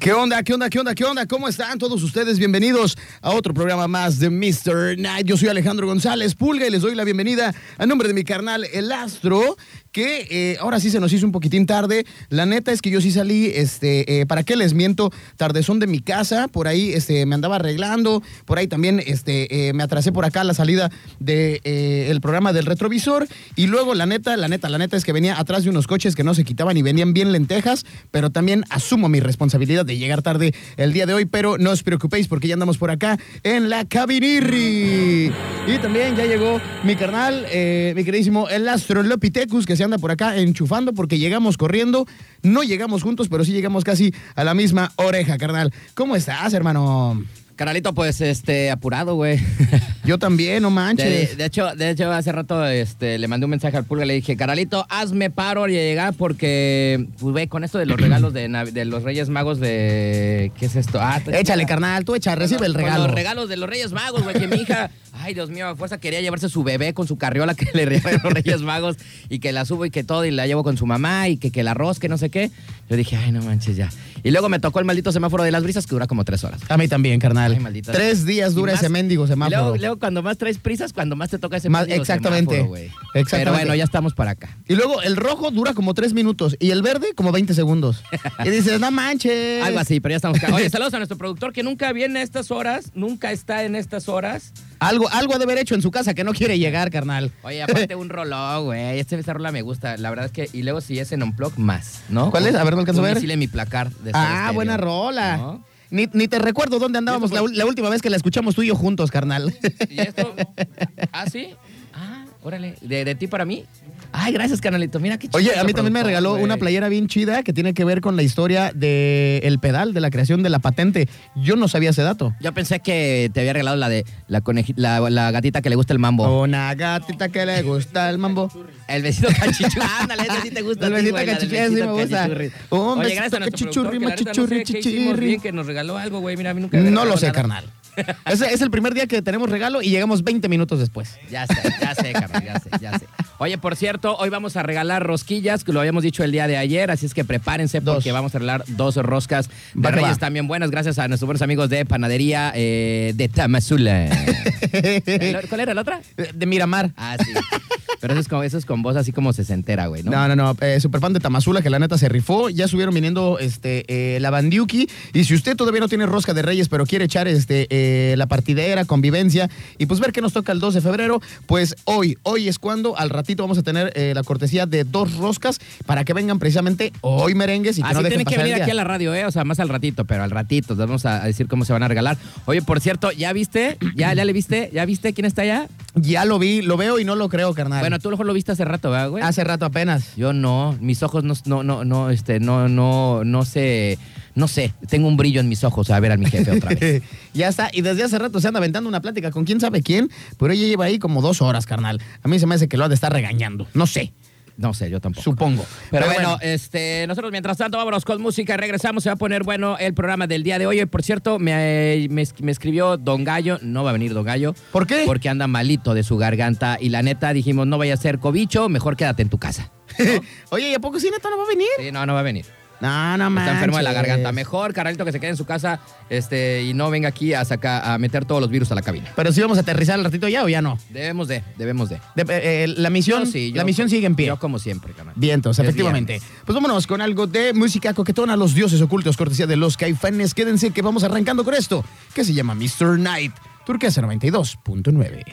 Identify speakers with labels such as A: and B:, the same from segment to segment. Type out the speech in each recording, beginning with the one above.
A: ¿Qué onda? ¿Qué onda? ¿Qué onda? ¿Qué onda? ¿Cómo están todos ustedes? Bienvenidos a otro programa más de Mr. Night. Yo soy Alejandro González Pulga y les doy la bienvenida a nombre de mi carnal El Astro, que eh, ahora sí se nos hizo un poquitín tarde. La neta es que yo sí salí, este, eh, ¿para qué les miento? Tardezón de mi casa, por ahí este, me andaba arreglando, por ahí también este, eh, me atrasé por acá a la salida del de, eh, el programa del retrovisor y luego la neta, la neta, la neta es que venía atrás de unos coches que no se quitaban y venían bien lentejas, pero también asumo mi responsabilidad de llegar tarde el día de hoy, pero no os preocupéis porque ya andamos por acá en la cabinirri. Y también ya llegó mi carnal, eh, mi queridísimo el astro Lopitecus, que se anda por acá enchufando porque llegamos corriendo, no llegamos juntos, pero sí llegamos casi a la misma oreja, carnal. ¿Cómo estás, hermano?
B: Caralito, pues, este, apurado, güey.
A: Yo también, no manches.
B: De, de hecho, de hecho, hace rato este, le mandé un mensaje al pulga, le dije, Caralito, hazme paro y llegar porque, pues, güey, con esto de los regalos de, Nav- de los Reyes Magos de... ¿Qué es esto? Ah, te-
A: Échale, carnal, tú echa, recibe el
B: con
A: regalo.
B: Los regalos de los Reyes Magos, güey, que mi hija, ay, Dios mío, a fuerza quería llevarse su bebé con su carriola que le regalaron los Reyes Magos y que la subo y que todo y la llevo con su mamá y que, que el arroz, que no sé qué. Yo dije, ay, no manches, ya. Y luego me tocó el maldito semáforo de las brisas que dura como tres horas.
A: A mí también, carnal.
B: Ay, maldita
A: Tres
B: sea.
A: días dura
B: Y más-
A: ese mendigo semáforo.
B: Luego, luego cuando más traes prisas, cuando más te toca ese
A: Más-
B: mendigo
A: exactamente,
B: semáforo, güey.
A: exactamente.
B: Pero bueno, ya estamos para acá.
A: Y luego el rojo dura como tres minutos y el verde como 20 segundos. Y dices, no manches.
B: Algo así, pero ya estamos acá. Oye, saludos a nuestro productor que nunca viene a estas horas, nunca está en estas horas.
A: Algo, algo ha de haber hecho en su casa que no quiere llegar, carnal.
B: Oye, aparte un roló, güey. Este, esta rola me gusta. La verdad es que. Y luego si es en Unplug, más, ¿no?
A: ¿Cuál es? A ver, no alcanzo a
B: Un
A: ver.
B: misil en mi placar. de Soda
A: Ah,
B: Stereo.
A: buena rola.
B: ¿No?
A: Ni, ni te recuerdo dónde andábamos
B: Yo
A: la,
B: te-
A: ul- la última vez que la escuchamos tú y yo juntos, carnal.
B: ¿Y esto? ¿Ah, sí? Ah, órale. ¿De, de ti para mí? Ay, gracias, canalito. Mira qué chido.
A: Oye, a
B: nuestro
A: mí también me
B: productor,
A: regaló
B: güey.
A: una playera bien chida que tiene que ver con la historia del el pedal, de la creación de la patente. Yo no sabía ese dato.
B: Yo pensé que te había regalado la de la, coneji- la, la gatita que le gusta el mambo.
A: Una gatita que le gusta el mambo.
B: El besito cachichurri. Ándale, esa sí te gusta. a
A: El besito
B: ti, güey, la del
A: cachichurri, sí me
B: besito
A: gusta. Oh,
B: cachichurri.
A: Un besito
B: Oye, gracias a nuestro
A: cachichurri,
B: productor, que la neta no sé
A: machichurri,
B: qué hicimos
A: chichirri.
B: bien, que nos regaló algo, güey. Mira, a mí nunca me
A: No
B: regaló
A: lo sé,
B: nada.
A: carnal. Es, es el primer día que tenemos regalo y llegamos 20 minutos después.
B: Ya sé, ya sé, carnal, ya sé, ya sé. Oye, por cierto, hoy vamos a regalar rosquillas, que lo habíamos dicho el día de ayer, así es que prepárense
A: Dos.
B: porque vamos a regalar dos roscas de
A: Va que
B: Reyes
A: va.
B: también buenas, gracias a nuestros buenos amigos de Panadería eh, de Tamazula.
A: De
B: ¿Cuál era la otra?
A: Miramar.
B: Ah, sí. Pero eso es, con, eso es con voz así como se se entera, güey, ¿no?
A: No, no, no. eh, Superfan de Tamazula, que la neta se rifó. Ya subieron viniendo este, eh, la Bandiuki. Y si usted todavía no tiene rosca de Reyes, pero quiere echar este, eh, la partidera, convivencia y pues ver qué nos toca el 2 de febrero, pues hoy, hoy es cuando al ratito vamos a tener eh, la cortesía de dos roscas para que vengan precisamente hoy merengues y que
B: Así
A: no dejen
B: tienen Ah, que
A: pasar el
B: venir aquí
A: día.
B: a la radio, ¿eh? O sea, más al ratito, pero al ratito. les Vamos a a decir cómo se van a regalar. Oye, por cierto, ¿ya viste? ¿Ya, ya le viste? ¿Ya viste quién está allá?
A: Ya lo vi, lo veo y no lo creo, carnal.
B: Bueno, tú a lo mejor lo viste hace rato, ¿verdad, güey?
A: hace rato apenas.
B: Yo no, mis ojos no, no, no, no, este, no, no, no sé, no sé, tengo un brillo en mis ojos a ver a mi jefe otra vez.
A: ya está. Y desde hace rato se anda aventando una plática con quién sabe quién, pero ella lleva ahí como dos horas, carnal. A mí se me hace que lo ha de estar regañando. No sé,
B: No sé, yo tampoco.
A: supongo. eh,
B: Pero, bueno, este, nosotros mientras tanto vámonos con música, regresamos, se va a poner bueno el programa del día de hoy. Y, Por cierto, me, eh, me, es- me escribió Don Gallo, no va a venir Don Gallo,
A: ¿por qué?
B: porque anda malito de su garganta y la neta dijimos, no vaya a ser cobicho, mejor quédate en tu casa.
A: Oye, ¿y a poco sí neta no va a venir?
B: Sí, no, no va a venir.
A: No, no
B: Está
A: manches.
B: enfermo de la garganta. Mejor, caralito, que se quede en su casa este, y no venga aquí a, sacar, a meter todos los virus a la cabina.
A: Pero sí vamos a aterrizar al ratito ya o ya no.
B: Debemos de, debemos de.
A: De- eh, eh, la misión,
B: Yo sí, yo-
A: la misión sigue en pie.
B: Yo como siempre, carnal.
A: Vientos,
B: Es
A: efectivamente. Pues vámonos con algo de música coquetona, los dioses ocultos, cortesía de los caifanes. Quédense que vamos arrancando con esto, que se llama Mr. Night, Turquesa 92.9.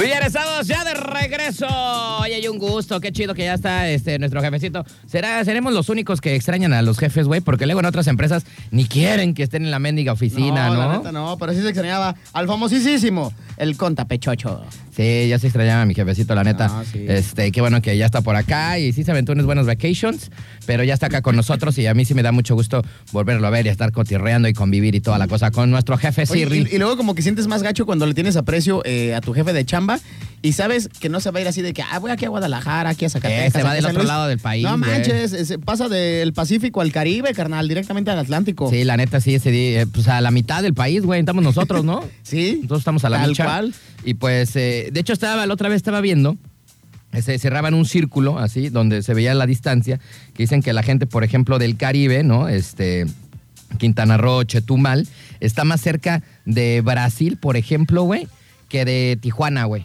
B: Bienvenidos ya de regreso. Oye, hay un gusto, qué chido que ya está este nuestro jefecito. ¿Será, seremos los únicos que extrañan a los jefes, güey, porque luego en otras empresas ni quieren que estén en la mendiga oficina, ¿no?
A: la neta no, pero sí se extrañaba al famosísimo, el Conta Pechocho.
B: Sí, ya se extrañaba a mi jefecito, la neta.
A: No, Ah, sí.
B: Este, qué bueno que ya está por acá y sí se aventó unos buenos vacations, pero ya está acá con nosotros y a mí sí me da mucho gusto volverlo a ver y estar cotirreando y convivir y toda la cosa con nuestro jefe
A: Oye,
B: Sirri.
A: y, y luego como que sientes más gacho cuando le tienes aprecio eh, a tu jefe de chamba y sabes que no no se va a ir así de que, ah, voy aquí a Guadalajara, aquí a
B: Eh,
A: Zacatecas.
B: se
A: aquí
B: va
A: a
B: del
A: San
B: otro
A: Luis".
B: lado del país,
A: No
B: güey.
A: manches, eh, se pasa del Pacífico al Caribe, carnal, directamente al Atlántico.
B: Sí, la neta, sí, ese día, eh, pues a la mitad del país, güey, estamos nosotros, ¿no?
A: Sí.
B: Nosotros estamos a la
A: Tal
B: micha.
A: cual.
B: Y pues, eh, de hecho, estaba, la otra vez estaba viendo, eh, se cerraban un círculo así, donde se veía la distancia, que dicen que la gente, por ejemplo, del Caribe, ¿no? Este. Quintana Roo, Chetumal, está más cerca de Brasil, por ejemplo, güey, que de Tijuana, güey.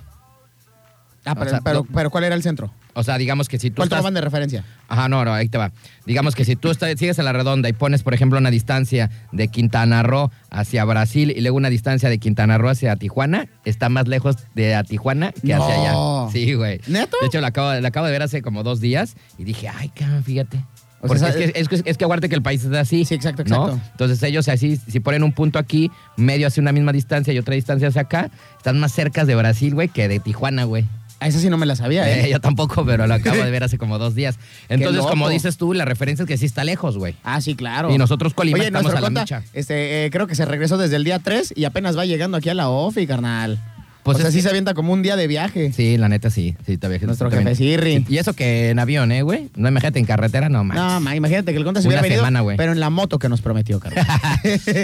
A: Ah, pero,
B: O sea,
A: pero,
B: do-
A: pero ¿cuál era el centro?
B: O sea, digamos que si tú
A: ¿Cuál
B: estás...
A: tomaban de referencia?
B: Ajá, no, no, ahí te va. Digamos que si tú estás- sigues a la redonda y pones, por ejemplo, una distancia de Quintana Roo hacia Brasil y luego una distancia de Quintana Roo hacia Tijuana, está más lejos de a Tijuana que hacia
A: No.
B: allá. Sí, güey.
A: ¿Neto?
B: De hecho, la acabo, la acabo de ver hace como dos días y dije, ay, cabrón, fíjate.
A: O
B: Porque
A: sea,
B: es, que, es, que- es que aguante que el país es así.
A: Sí, exacto,
B: ¿no?
A: exacto.
B: Entonces ellos así, si ponen un punto aquí, medio hacia una misma distancia y otra distancia hacia acá, están más cerca de Brasil, güey, que de Tijuana, güey.
A: A esa sí no me la sabía, ¿eh?
B: Eh, yo tampoco, pero lo acabo de ver hace como dos días. Entonces,
A: loco.
B: como dices tú, la referencia es que sí está lejos, güey.
A: Ah, sí, claro.
B: Y nosotros, Colima,
A: Oye,
B: estamos
A: nuestro
B: a la
A: conta,
B: micha.
A: Este, eh, creo que se regresó desde el día 3 y apenas va llegando aquí a la OFI, carnal.
B: Pues
A: o sea,
B: es
A: sí
B: que-
A: se avienta como un día de viaje.
B: Sí, la neta sí. sí te había-
A: Nuestro
B: también.
A: jefe Sirri.
B: Sí, Y eso que en avión, ¿eh, güey? No imagínate en carretera, no más.
A: No, ma, imagínate que el conta se
B: Una
A: hubiera venido,
B: semana, güey.
A: pero en la moto que nos prometió, carnal.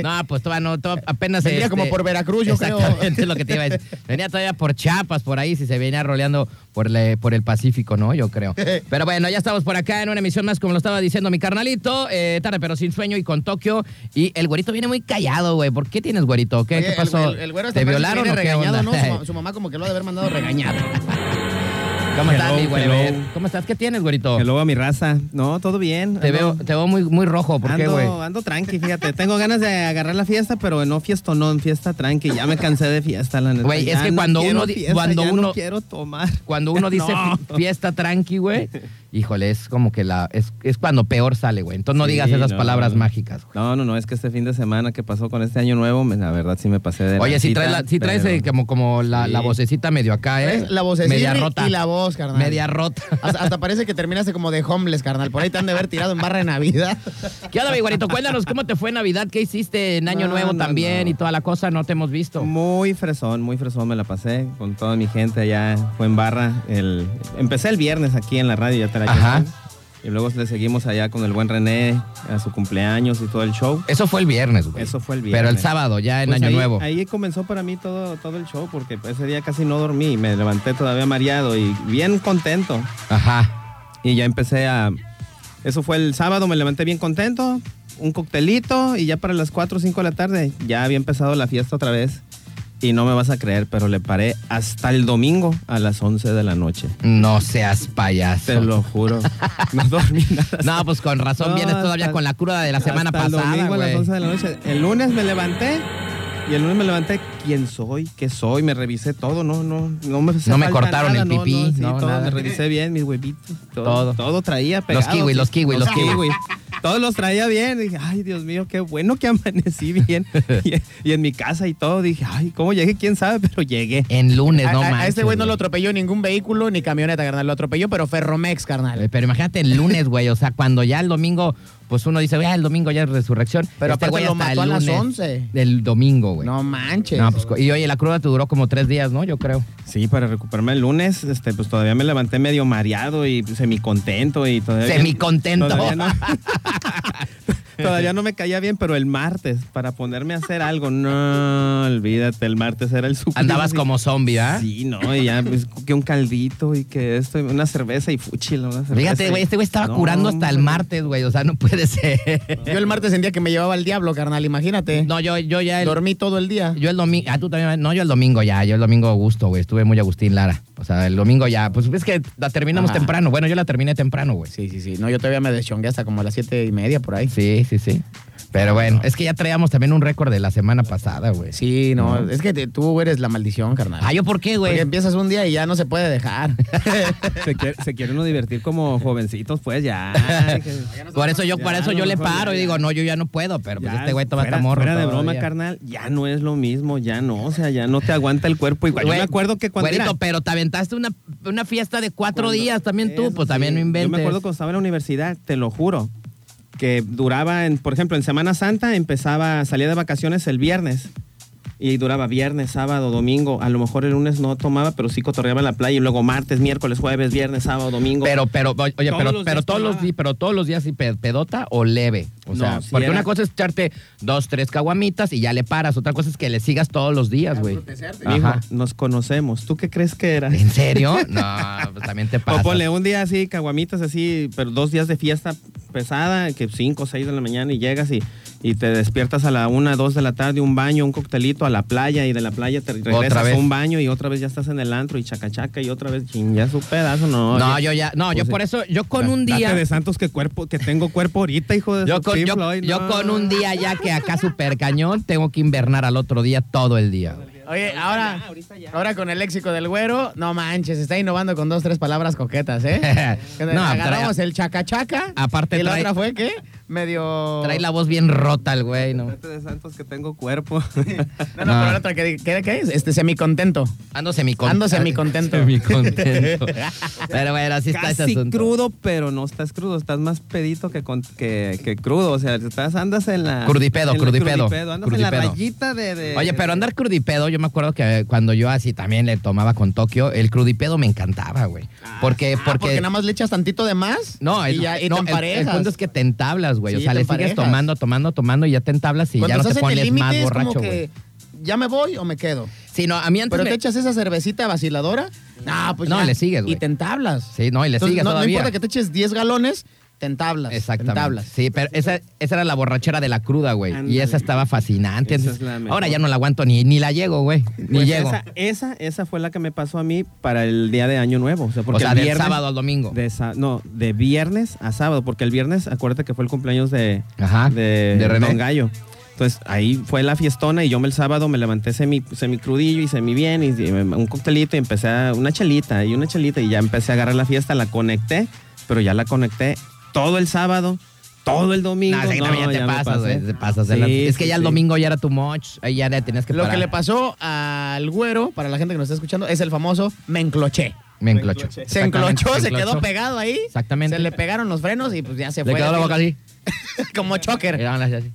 B: No, pues todavía no, todavía apenas.
A: Vendría
B: este,
A: como por Veracruz, yo creo.
B: Exactamente, es lo que te iba a decir. Venía todavía por Chiapas, por ahí, si se venía roleando por, le- por el Pacífico, ¿no? Yo creo. Pero bueno, ya estamos por acá en una emisión más, como lo estaba diciendo mi carnalito. eh, tarde, pero sin sueño y con Tokio. Y el güerito viene muy callado, güey. ¿Por qué tienes güerito? ¿Qué,
A: Oye,
B: qué pasó?
A: El, el, el güero hasta
B: ¿Te
A: parece que
B: violaron
A: viene
B: o qué
A: regañado,
B: onda?
A: ¿no? Su ma- Su, mamá como que lo ha de haber mandado regañado.
B: ¿Cómo estás,
C: Hello,
B: mi güey?
C: hello.
B: ¿Cómo estás? ¿Qué tienes, güerito?
C: Hello a mi raza. No, todo bien.
B: Oh. Te
C: Ando-
B: veo, te veo muy, muy rojo. ¿Por qué,
C: ando,
B: güey?
C: ando tranqui, fíjate. Tengo ganas de agarrar la fiesta, pero no fiesta no, fiesta tranqui. Ya me cansé de fiesta, la neta.
B: Güey, es
C: Ya
B: que
C: no
B: cuando
C: quiero
B: uno di-
C: fiesta,
B: cuando
C: ya
B: uno-
C: no quiero tomar.
B: Cuando uno dice
C: No.
B: fi- fiesta tranqui, güey, híjole, es como que la es, es cuando peor sale, güey. Entonces no
C: Sí,
B: digas esas
C: no.
B: palabras mágicas, güey.
C: No, no, no, es que este fin de semana que pasó con este año nuevo, me- la verdad sí me pasé de
B: Oye, si traes, la- sí traes eh, como, como la,
C: Sí.
B: la vocecita medio acá, ¿eh?
A: Es la vocecilla
B: Media
A: y-
B: rota.
A: y la voz, carnal.
B: Media rota.
A: Hasta, hasta parece que terminaste como de homeless, carnal. Por ahí te han de haber tirado en barra de Navidad.
B: ¿Qué onda, mi güerito? Cuéntanos cómo te fue en Navidad, qué hiciste en Año
C: No,
B: Nuevo
C: no,
B: también
C: no. Mm.
B: y toda la cosa, no te hemos visto.
C: Muy fresón, muy fresón me la pasé con toda mi gente allá. Fue en barra. El, empecé el viernes aquí en la radio, ya te la
B: Ajá.
C: llevé. Y luego le seguimos allá con el buen René a su cumpleaños y todo el show.
B: Eso fue el viernes, güey.
C: Eso fue el viernes.
B: Pero el sábado, ya en
C: Pues
B: Año
C: ahí,
B: Nuevo.
C: Ahí comenzó para mí todo, todo el show porque ese día casi no dormí. Me levanté todavía mareado y bien contento.
B: Ajá.
C: Y ya empecé a... Eso fue el sábado, me levanté bien contento, un coctelito y ya para las 4 o 5 de la tarde ya había empezado la fiesta otra vez. Y no me vas a creer, pero le paré hasta el domingo a las 11 de la noche.
B: No seas payaso.
C: Te lo juro. No dormí nada.
B: No, pues con razón
C: No,
B: vienes todavía
C: hasta-
B: con la cruda de la semana
C: Hasta
B: pasada,
C: El domingo a las
B: güey.
C: 11 de la noche. El lunes me levanté y el lunes me levanté. ¿Quién soy? ¿Qué soy? Me revisé todo. No, no, no me hace
B: No me
C: falta
B: cortaron
C: nada,
B: el
C: no, no,
B: pipí,
C: sí,
B: no,
C: todo,
B: nada.
C: Me revisé bien, mis huevitos. Todo.
B: Todo.
C: Todo, traía pegado.
B: kiwi, los kiwi, los kiwi.
C: Todos los traía bien. Dije, ay, Dios mío, qué bueno que amanecí bien. Y, y en mi casa y todo. Dije, ay, ¿cómo llegué? ¿Quién sabe? Pero llegué.
B: En lunes,
A: a,
B: Pues no
A: a- a
B: manches.
A: este güey no lo atropelló ningún vehículo ni camioneta, carnal. Lo atropelló, pero Ferromex, carnal.
B: Pero imagínate el lunes, güey. O sea, cuando ya el domingo, pues uno dice, "Ah, el domingo ya es resurrección. Este
A: Pero aparte
B: güey
A: lo
B: hasta
A: mató
B: el
A: a las
B: lunes
A: 11.
B: Del domingo, güey.
A: No manches.
B: No, pues, co- y oye, la cruda te duró como tres días, ¿no? Yo creo.
C: Sí, para recuperarme el lunes, este, pues todavía me levanté medio mareado y semicontento y todavía.
B: Semicontento.
C: Todavía Eh, no, todavía no me caía bien, pero el martes, para ponerme a hacer algo, no, olvídate, el martes era el super.
B: Andabas como zombie, ¿ah?
C: Sí, no, y ya, pues, que un caldito y que esto, y una cerveza y fúchil, una cerveza.
B: Fíjate, güey, este güey estaba
C: No,
B: curando hasta el
C: hombre.
B: martes, güey. O sea, no puede ser.
A: Yo el martes sentía que me llevaba el diablo, carnal. Imagínate.
B: No, yo, yo ya el,
A: Dormí todo el día.
B: Yo el domingo, ah, tú también, no, yo el domingo ya, yo el domingo a gusto, güey, estuve muy Agustín Lara. O sea, el domingo ya, pues es que la terminamos
A: Ajá.
B: temprano, bueno, yo la terminé temprano, güey.
A: Sí, sí, sí. No, yo todavía me deschongué hasta como a las siete y media por ahí.
B: Sí, sí, sí. Pero bueno, es que ya traíamos también un récord de la semana pasada, güey.
A: Sí, no. Es que te- tú eres la maldición, carnal.
B: Ah, ¿yo por qué,
A: Porque
B: güey?
A: empiezas un día y ya no se puede dejar.
C: Se quiere, se quiere uno divertir como jovencitos, pues ya.
B: Por eso yo,
C: Ya,
B: por eso
C: a lo
B: yo le
C: mejor
B: paro
C: ya,
B: y
C: ya.
B: digo, no, yo ya no puedo, pero pues
C: Ya,
B: este güey toma
C: fuera-
B: esta morra.
C: Fuera de broma,
B: todavía.
C: carnal, ya no es lo mismo, ya no, o sea, ya no te aguanta el cuerpo igual.
B: Güey,
C: yo me acuerdo que cuando...
B: güerito,
C: mira,
B: pero te aventaste una, una fiesta de cuatro
C: cuando-
B: días también tú,
C: eso
B: pues
C: sí.
B: también no inventes.
C: Yo me acuerdo cuando estaba en la universidad, te lo juro, que duraba, en, por ejemplo, en Semana Santa empezaba, salía de vacaciones el viernes y duraba viernes, sábado, domingo. A lo mejor el lunes no tomaba, pero sí cotorreaba en la playa y luego martes, miércoles, jueves, viernes, sábado, domingo.
B: Pero, pero, oye,
C: Todos
B: pero,
C: los
B: pero
C: días
B: todos los
C: tomaba.
B: días, pero todos los días sí pe- pedota o leve. O
C: No,
B: sea,
C: sí
B: porque
C: era-
B: una cosa es echarte dos, tres caguamitas y ya le paras. Otra cosa es que le sigas todos los días, güey.
C: Mijo,
B: Ajá.
C: nos conocemos. ¿Tú qué crees que era?
B: ¿En serio? No, pues también te pasa.
C: O ponle un día así, caguamitas así, pero dos días de fiesta pesada, que 5 o 6 de la mañana y llegas y, y te despiertas a la 1, 2 de la tarde, un baño, un coctelito a la playa y de la playa te regresas
B: vez.
C: a un baño y otra vez ya estás en el antro y chacachaca y otra vez chin, ya es un pedazo, no.
B: No,
C: oye,
B: yo ya, no, yo
C: Pues,
B: por eso, yo con
C: da-
B: un día.
C: Date de santos que cuerpo, que tengo cuerpo ahorita, hijo de
B: Yo
C: su
B: con,
C: Pink
B: yo-
C: Floyd,
B: yo
C: no.
B: con un día ya que acá super cañón, tengo que invernar al otro día todo el día. güey.
A: Oye,
C: ya,
A: ahora,
C: ahorita ya.
A: ahora con el léxico del güero, no manches, está innovando con dos, tres palabras coquetas, ¿eh?
B: No,
A: Agarramos el chacachaca.
B: Aparte
A: y la
B: trae-
A: otra fue que medio.
B: Trae la voz bien rota el güey, ¿no?
C: Date de santos que tengo cuerpo.
A: No, no,
B: Ah.
A: pero la otra que, que, que es este semicontento.
B: Ando semicontento.
A: Ando semicontento.
B: Semicontento. Pero bueno, así está ese
C: Casi
B: asunto.
C: crudo, pero no estás crudo, estás más pedito que, con- que, que crudo. O sea, estás, andas en la.
B: Crudipedo,
C: en la-
B: crudipedo,
C: Andas en la
B: crudipedo.
C: rayita de. de-
B: Oye, pero andar crudipedo, yo me acuerdo que cuando yo así también le tomaba con Tokio, el crudipedo me encantaba, güey. Porque,
A: Ah,
B: porque,
A: nada más le echas tantito de más.
B: no, el,
A: y ya, y
B: no,
A: te
B: el- el,
A: emparejas.
B: punto es que te entablas, güey. o
A: Sí,
B: sea,
A: te
B: le sigues
A: emparejas. Pues
B: tomando, tomando, tomando y ya te entablas y
A: Cuando
B: ya no
A: estás
B: te
A: en el
B: pones
A: límite
B: más
A: es como
B: borracho,
A: que
B: güey.
A: ya me voy o me quedo.
B: Sí, no, a mí antes
A: Pero
B: me-
A: te echas esa cervecita vaciladora. No, pues
B: No,
A: ya.
B: le sigues, güey.
A: Y te entablas.
B: Sí, no, y le
A: Entonces,
B: sigues
A: no,
B: todavía.
A: No importa que te eches 10 galones, te entablas. Te
B: Exactamente.
A: entablas.
B: Sí, pero esa, esa era la borrachera de la cruda, güey. Y
C: Ándale.
B: esa estaba fascinante.
C: Esa
B: Entonces,
C: es la mejor.
B: ahora ya no la aguanto ni, ni la llego, güey. Ni
C: Pues
B: llego.
C: Esa, esa, esa fue la que me pasó a mí para el día de Año Nuevo. O sea, porque
B: o sea,
C: el
B: del
C: viernes-
B: sábado al domingo.
C: de sa- no, de viernes a sábado, porque el viernes, acuérdate que fue el cumpleaños de,
B: Ajá,
C: de,
B: Ah, de René.
C: Don Gallo. Entonces ahí fue la fiestona y yo me- el sábado me levanté semi, semi crudillo y semi bien y, y me- un coctelito y empecé a una chelita y una chelita y ya empecé a agarrar la fiesta, la conecté, pero ya la conecté todo el sábado, todo el domingo.
B: No, sí, también ya te
C: ya me
B: pasas,
C: pasé.
B: güey. Te pasas de
C: Sí,
B: la- Es que
C: sí,
B: ya el
C: sí.
B: domingo ya era tu much. Ahí ya le tenías que
A: Lo
B: parar.
A: que le pasó al güero, para la gente que nos está escuchando, es el famoso me encloché.
B: Me enclochó.
A: Se
B: Exactamente,
A: enclochó, se
B: enclochó.
A: quedó pegado ahí.
B: Exactamente.
A: Se le pegaron los frenos y pues ya se
B: Le
A: fue.
B: quedó la boca así.
A: Como
B: Y
A: choker.
B: daban así.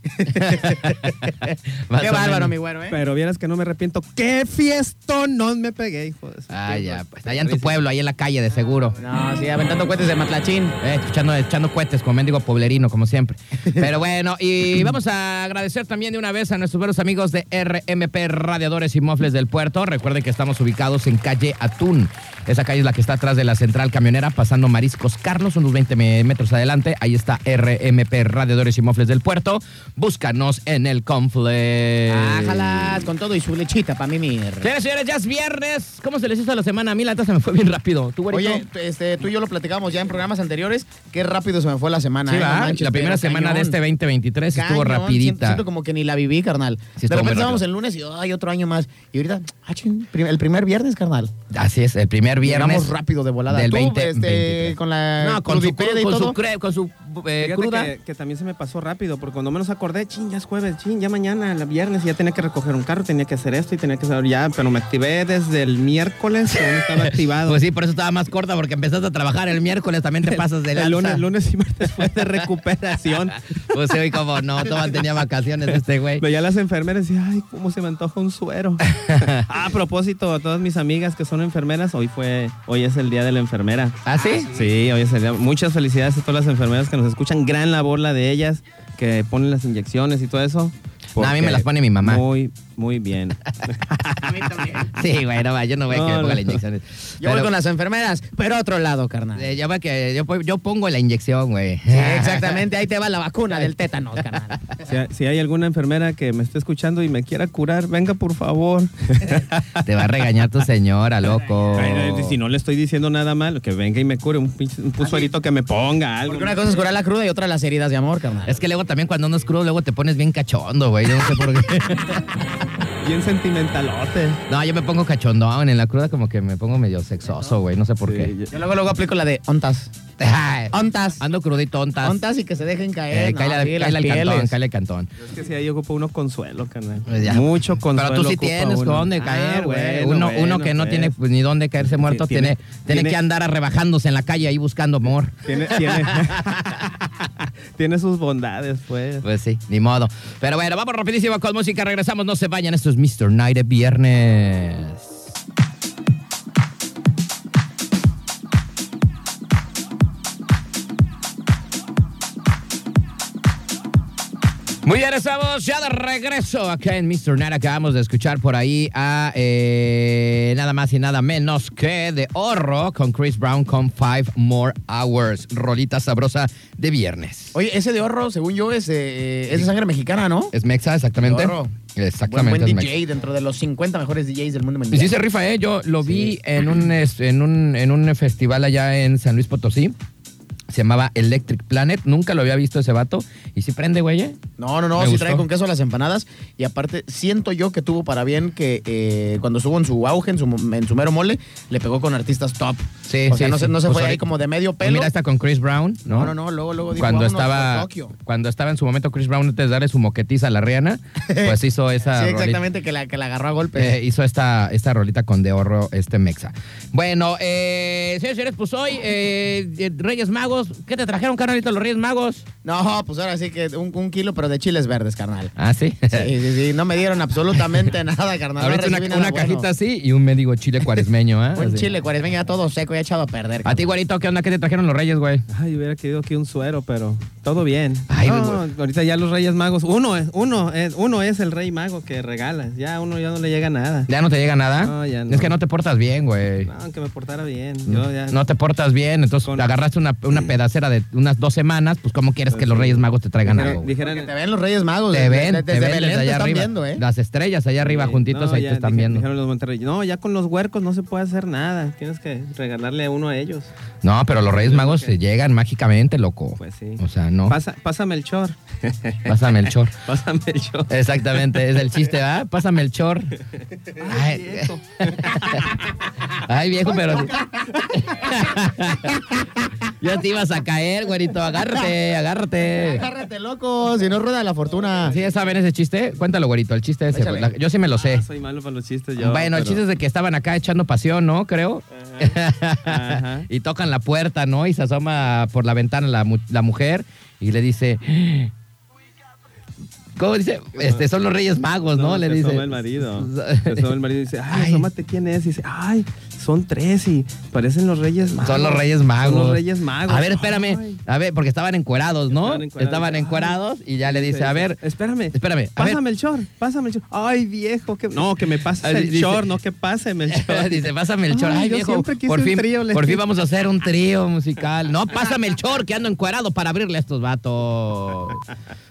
B: Más
A: Qué
B: o
A: bárbaro,
B: menos.
A: mi güero, ¿eh?
C: Pero vieras que no me arrepiento. ¡Qué fiestón! No me pegué, hijo de su
B: Ah,
C: tiempo.
B: ya, pues allá en tu pueblo, ahí en la calle, de
A: Ah,
B: seguro.
A: No, sí, aventando cohetes de Matlachín.
B: Eh, echando, echando cohetes con mendigo poblerino, como siempre. Pero bueno, y vamos a agradecer también de una vez a nuestros buenos amigos de RMP Radiadores y Mofles del Puerto. Recuerden que estamos ubicados en calle Atún. Esa calle es la que está atrás de la central camionera, pasando Mariscos Carlos, unos 20 me- metros adelante. Ahí está RMP Radiadores y Mofles del Puerto. Búscanos en el Confle.
A: Ájalas, con todo y su lechita para mimir.
B: Señoras y señores, ya es viernes. ¿Cómo se les hizo la semana? A mí la neta se me fue bien rápido. ¿Tú, güerito?
A: Oye, t- este, tú y yo lo platicamos ya en programas anteriores. Qué rápido se me fue la semana.
B: Sí,
A: ¿eh? No
B: va.
A: manches,
B: la primera
A: pero
B: semana
A: cañón.
B: de este 2023 estuvo
A: Cañón. Siento,
B: rapidita.
A: siento como que ni la viví, carnal. de
B: Sí, estuvo muy
A: repente estábamos
B: rápido.
A: el lunes y ay, otro año más. Y ahorita, ah, chin, prim- el primer viernes, carnal.
B: Así es, el primer viernes.
A: Llegamos rápido de volada.
B: Del
A: Tú,
B: 20,
A: este,
B: 23.
A: con la
B: No, con su,
A: crudipeda
B: cru-
A: y
B: con su,
A: todo.
B: cre- con su eh,
C: Fíjate
B: cruda.
C: Que, que también se me pasó rápido, porque cuando menos acordé, ching, ya es jueves, ching, ya mañana, la viernes, y ya tenía que recoger un carro, tenía que hacer esto y tenía que hacer ya, pero me activé desde el miércoles, que aún estaba activado.
B: Pues sí, por eso estaba más corta, porque empezaste a trabajar el miércoles, también te pasas de
C: el
B: lanza.
C: lunes, lunes y martes fue de recuperación.
B: Pues sí, como no, todavía tenía vacaciones este güey.
C: Veía a las enfermeras y, ay, cómo se me antoja un suero. Ah, a propósito, a todas mis amigas que son enfermeras, hoy fue, hoy es el día de la enfermera.
B: ¿Ah, sí?
C: Sí, hoy es el día. Muchas felicidades a todas las enfermeras que nos escuchan. Gran labor la de ellas, que ponen las inyecciones y todo eso.
B: No, a mí me
C: porque
B: las pone mi mamá.
C: Muy, muy bien.
B: Sí, güey, no, va, yo no voy a que
C: No,
B: me ponga
C: no.
B: la inyección.
A: Yo voy
B: Pero,
A: con las enfermeras, pero a otro lado, carnal.
B: eh, yo, voy a que, yo, yo pongo la inyección, güey.
A: Sí, exactamente, ahí te va la vacuna del tétano, carnal.
C: Si, ha- si hay alguna enfermera que me esté escuchando y me quiera curar, venga por favor.
B: Te va a regañar tu señora, loco.
C: Ay, Si no le estoy diciendo nada mal, que venga y me cure un, pinche- un suerito que me ponga algo.
A: Porque una cosa es curar la cruda y otra las heridas de amor, carnal.
B: Es que luego también cuando uno es crudo, luego te pones bien cachondo, güey. Yo no sé por qué.
C: Bien sentimentalote.
B: No, yo me pongo cachondón. En la cruda como que me pongo medio sexoso, güey. No sé por
C: Sí,
B: qué.
C: yo-
A: Yo luego, luego aplico la de ontas.
B: Ay,
A: Ontas.
B: Ando crudito, ontas.
A: Ontas y que se dejen caer.
B: Eh,
A: no,
B: cáele-
A: sí, las
B: cáele al cantón,
A: pieles.
B: cáele al cantón.
C: Es que si ahí ocupa uno consuelo, carnal.
B: Pues ya.
C: Mucho consuelo.
B: Pero tú sí
C: ocupa
B: tienes
C: uno.
B: con dónde
C: Ah,
B: caer, güey.
C: bueno,
B: uno, uno
C: bueno,
B: que no
C: pues.
B: tiene pues, ni dónde caerse muerto,
C: tiene-
B: tiene, tiene,
C: tiene-
B: que andar arrebajándose en la calle ahí buscando amor.
C: Tiene, tiene, tiene sus bondades, pues.
B: Pues sí, ni modo. Pero bueno, vamos rapidísimo con música. Regresamos, no se vayan. Esto es Mr. Night de viernes. Muy bien, estamos ya de regreso acá en Mr. Night. Acabamos de escuchar por ahí a eh, nada más y nada menos que de Horro con Chris Brown con Five More Hours. Rolita sabrosa de viernes.
A: Oye, ese de horro, según yo, es, eh, es de sangre mexicana, ¿no?
B: Es Mexa, exactamente.
A: El Horro. Buen,
B: Exactamente.
A: buen
B: es
A: DJ
B: Mexa.
A: dentro de los 50 mejores DJs del mundo
B: Y
A: mundial.
B: sí se rifa, ¿eh? Yo lo vi en un, es- en, un, en un festival allá en San Luis Potosí. Se llamaba Electric Planet. Nunca lo había visto ese vato. Y sí prende, güey. ¿eh?
A: No, no, no,
B: Me
A: sí
B: gustó.
A: trae con queso las empanadas. Y aparte, siento yo que tuvo para bien que eh, cuando estuvo en su auge, en su, en su mero mole, le pegó con artistas top.
B: Sí,
A: O sea,
B: sí,
A: no, se,
B: sí.
A: no se
B: Pues
A: fue ahí
B: ahorita-
A: como de medio
B: Pues
A: pelo.
B: Mira, está con Chris Brown, ¿no?
A: No, no, no, luego, luego dijo,
B: Cuando
A: "Vámonos a
B: estaba,
A: Tokio".
B: cuando estaba en su momento Chris Brown, antes de darle su moquetiza a la Rihanna, pues hizo esa.
A: Sí,
B: rolita.
A: exactamente, que la, que la agarró a golpe.
B: Eh, hizo esta, esta rolita con de horro este Mexa. Bueno, eh, señores, señores, pues hoy, eh, eh, Reyes Magos, ¿qué te trajeron, carnalito, los Reyes Magos?
A: No, pues ahora sí que un, un kilo, pero de chiles verdes, carnal.
B: Ah, sí.
A: Sí, sí, sí, no me dieron absolutamente nada, carnal. no
B: Ahorita una,
A: recibí
B: una
A: nada bueno.
B: cajita así y un mendigo chile cuaresmeño, ¿eh?
A: Un
B: Así.
A: chile cuaresmeño ya todo seco, ya echado a perder.
B: A ti, güerito, ¿qué onda? ¿Qué te trajeron los Reyes, güey?
C: Ay, hubiera querido aquí un suero, pero todo bien.
B: Ay,
C: No,
B: güey.
C: ahorita ya los Reyes Magos, uno es, uno es, uno es el Rey Mago que regala. Ya uno ya no le llega nada.
B: ¿Ya no te llega nada?
C: No, ya no.
B: Es que no te portas bien, güey.
C: No, aunque me portara bien. Yo ya.
B: No te portas bien, entonces
C: Con-
B: te agarraste una, una pedacera de unas dos semanas, pues ¿cómo quieres que los Reyes Magos te traigan
C: Dijeran-
B: algo? güey?
C: dijeran-
A: Porque te ven los Reyes Magos. desde-
B: Te ven,
A: desde
B: te ven
A: Belén
B: desde
A: te
B: allá
A: están
B: arriba.
A: viendo, ¿eh?
B: Las estrellas allá arriba
C: Sí,
B: juntitos,
C: no,
B: ahí
C: ya
B: te están
C: dije-
B: viendo.
C: dijeron los Monterrey, No, ya con los huercos no se puede hacer nada. Tienes que regalarle uno a ellos.
B: No, pero los Reyes
C: Yo
B: Magos
C: creo que-
B: se llegan mágicamente, loco.
C: Pues sí.
B: O sea, no.
C: Pasa- pásame el chor.
B: Pásame el chor.
C: Pásame el chor.
B: Exactamente, es el chiste, ¿verdad? Pásame el chor. Ay, viejo. Ay, viejo, pero. Ya te ibas a caer, güerito. Agárrate, agárrate.
A: Agárrate, loco, si no rueda la fortuna.
B: ¿Sí ya saben ese chiste? Cuéntalo, güerito, el chiste ese. pues,
A: Échale.
B: la- yo sí me lo sé.
C: Ah, soy malo para los chistes yo.
B: bueno, el
C: pero-
B: chiste es de que estaban acá echando pasión, ¿no? Creo.
C: Ajá, ajá.
B: y tocan la puerta, ¿no? Y se asoma por la ventana la, mu- la mujer y le dice. ¿Cómo dice? Este, son los Reyes Magos, ¿no? le
C: se
B: dice.
C: asoma el marido. Se asoma el marido y dice, ay,
B: Ay.
C: asómate quién es. Y dice, ay, son tres y parecen los Reyes Magos.
B: Son los Reyes Magos.
C: Son los Reyes Magos.
B: A ver, espérame.
C: Ay.
B: A ver, porque estaban encuerados, ¿no?
C: Estaban encuerados.
B: Estaban
C: Ay.
B: encuerados y ya le dice, a ver,
C: Espérame.
B: espérame, a ver.
C: Pásame el short, pásame el short. Ay, viejo, que... No, que me pases
B: Ah,
C: el
B: dice-
C: short, no que páseme el short.
B: Dice, pásame el chor.
C: Ay,
B: Ay,
C: yo
B: viejo,
C: siempre quise
B: por
C: un
B: fin,
C: trío, le
B: por fin
C: dije.
B: vamos a hacer un trío musical. No, pásame el chor, que ando encuerado para abrirle a estos vatos.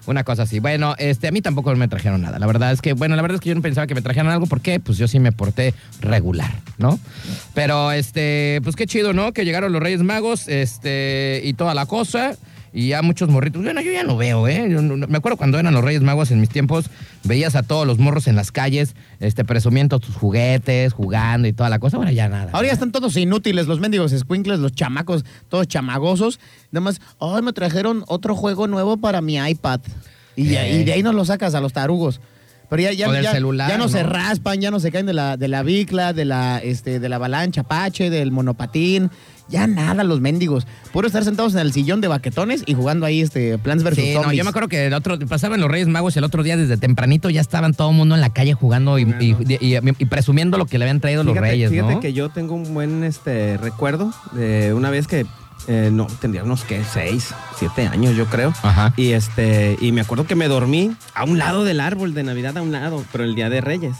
B: Una cosa así. Bueno, este, a mí tampoco me trajeron nada. La verdad es que, bueno, la verdad es que yo no pensaba que me trajeran algo porque, pues yo sí me porté regular, ¿no? Pero, este, pues qué chido, ¿no? Que llegaron los Reyes Magos, este, y toda la cosa. Y ya muchos morritos. Bueno, yo ya no veo, ¿eh? Yo no- no- me acuerdo cuando eran los Reyes Magos en mis tiempos, veías a todos los morros en las calles, este, presumiendo tus juguetes, jugando y toda la cosa. Ahora ya nada.
A: Ahora ya están todos inútiles, los mendigos escuincles, los chamacos, todos chamagosos. Nada más, ay, me trajeron otro juego nuevo para mi iPad. Y, ya-
B: Eh.
A: y de ahí nos lo sacas a los tarugos. Pero ya, ya,
B: O del
A: ya,
B: celular,
A: ya no, se
B: ¿no?
A: raspan, ya no se caen de la, de la bicla, de la, este, de la avalancha pache, del monopatín. Ya nada, los mendigos. Puro estar sentados en el sillón de baquetones y jugando ahí este, Plants vs.
B: Sí, no,
A: Zombies.
B: yo me acuerdo que el otro, pasaban los Reyes Magos y el otro día desde tempranito ya estaban todo el mundo en la calle jugando y, y- y- y- y presumiendo lo que le habían traído los
C: Fíjate-
B: Reyes,
C: fíjate
B: ¿no?
C: que yo tengo un buen este recuerdo de una vez que eh, no tendría unos que seis, siete años yo creo.
B: Ajá.
C: Y este y me acuerdo que me dormí a un lado del árbol de Navidad a un lado, pero el día de Reyes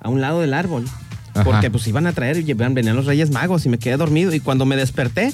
C: a un lado del árbol,
B: Ajá.
C: porque pues iban a traer y llevan- venían los Reyes Magos y me quedé dormido y cuando me desperté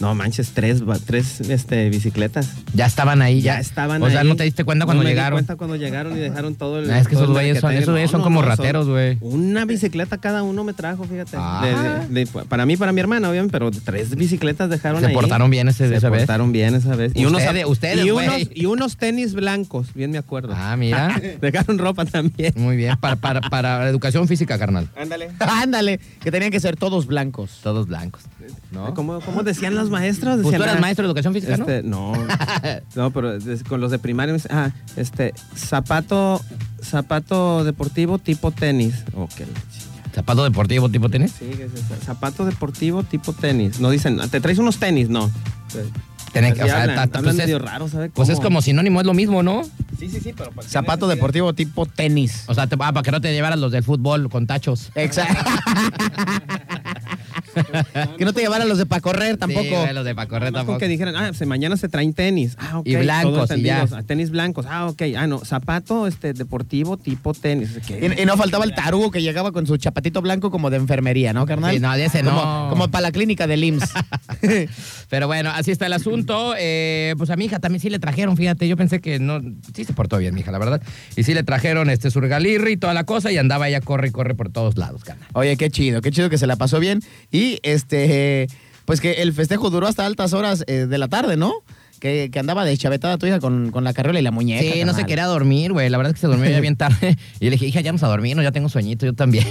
C: no manches tres ba- tres este bicicletas
B: Ya estaban ahí, ya.
C: ya estaban
B: O sea,
C: ahí.
B: ¿no te diste cuenta
C: No
B: cuando
C: me di
B: llegaron?
C: cuenta cuando llegaron y dejaron todo el.
B: Ah, es que
C: todo
B: esos
C: el
B: güeyes son,
C: mercaderio.
B: esos güeyes
C: No,
B: son
C: no,
B: como
C: no, son-
B: rateros, güey.
C: Una bicicleta cada uno me trajo, fíjate.
B: Ah.
C: De- de- de- para mí, para mi hermana, obviamente, pero tres bicicletas dejaron
B: Se
C: ahí.
B: portaron bien ese,
C: Se
B: esa vez.
C: portaron bien esa vez.
B: Ustedes- ustedes,
C: y,
B: güey.
C: unos, y unos tenis blancos, bien me acuerdo.
B: Ah, mira.
C: Dejaron ropa también.
B: Muy bien. Para, para, para educación física, carnal.
C: Ándale.
A: Ándale, que tenían que ser todos blancos.
B: Todos blancos. ¿No?
C: ¿Cómo, cómo decían los maestros?
B: Pues
C: Decían,
B: tú eras
C: ah,
B: maestro de educación física,
C: Este, no. No, pero des- con los de primaria me dicen, ah, este, zapato, zapato deportivo tipo tenis. Ok, la chi-
B: ¿no? Zapato deportivo tipo tenis.
C: Sí, que es esa- zapato deportivo tipo tenis. No dicen, "Ah, te traes unos tenis, no.
B: Tienen
C: Así
B: que, o sea,
C: hablan,
B: ta- ta-
C: hablan
B: pues,
C: medio
B: es,
C: raro, ¿sabes?
B: pues es como sinónimo, es lo mismo, ¿no?
C: Sí, sí, sí, pero para qué
A: Zapato
C: le-
A: deportivo tipo tenis.
B: O sea, te- ah, para que no te llevaras los del fútbol con tachos.
A: Exacto. que no te llevaran los de para correr
B: Ah, Sí,
A: tampoco.
B: güey, los de Pacorre
C: Nada más
B: tampoco.
C: con que dijeran, ah, pues, mañana se traen tenis. Ah, ok.
B: Y blancos,
C: todos
B: y ya.
C: tendidos. Ah, Tenis blancos. Ah, ok. Ah, no. Zapato este, deportivo tipo tenis. ¿Qué?
A: Y, y no faltaba el tarugo que llegaba con su chapatito blanco como de enfermería, ¿no, carnal?
B: Sí, no, de ese no.
A: Como, como para la clínica del IMSS.
B: Pero bueno, así está el asunto. Eh, pues a mi hija también sí le trajeron, fíjate. Yo pensé que no. Sí se portó bien, mi hija, la verdad. Y sí le trajeron este, su regalirri y toda la cosa. Y andaba ella corre y corre por todos lados, carnal.
A: Oye, qué chido, qué chido que se la pasó bien. Y este, pues que el festejo duró hasta altas horas eh, de la tarde, ¿no? Que, que andaba deschavetada tu hija con, con la carriola y la muñeca.
B: Sí, no se
A: carnal.
B: quería dormir, güey. La verdad es que se durmió ya bien tarde. Y le dije, hija, ya vamos a dormir, no, ya tengo sueñito, yo también.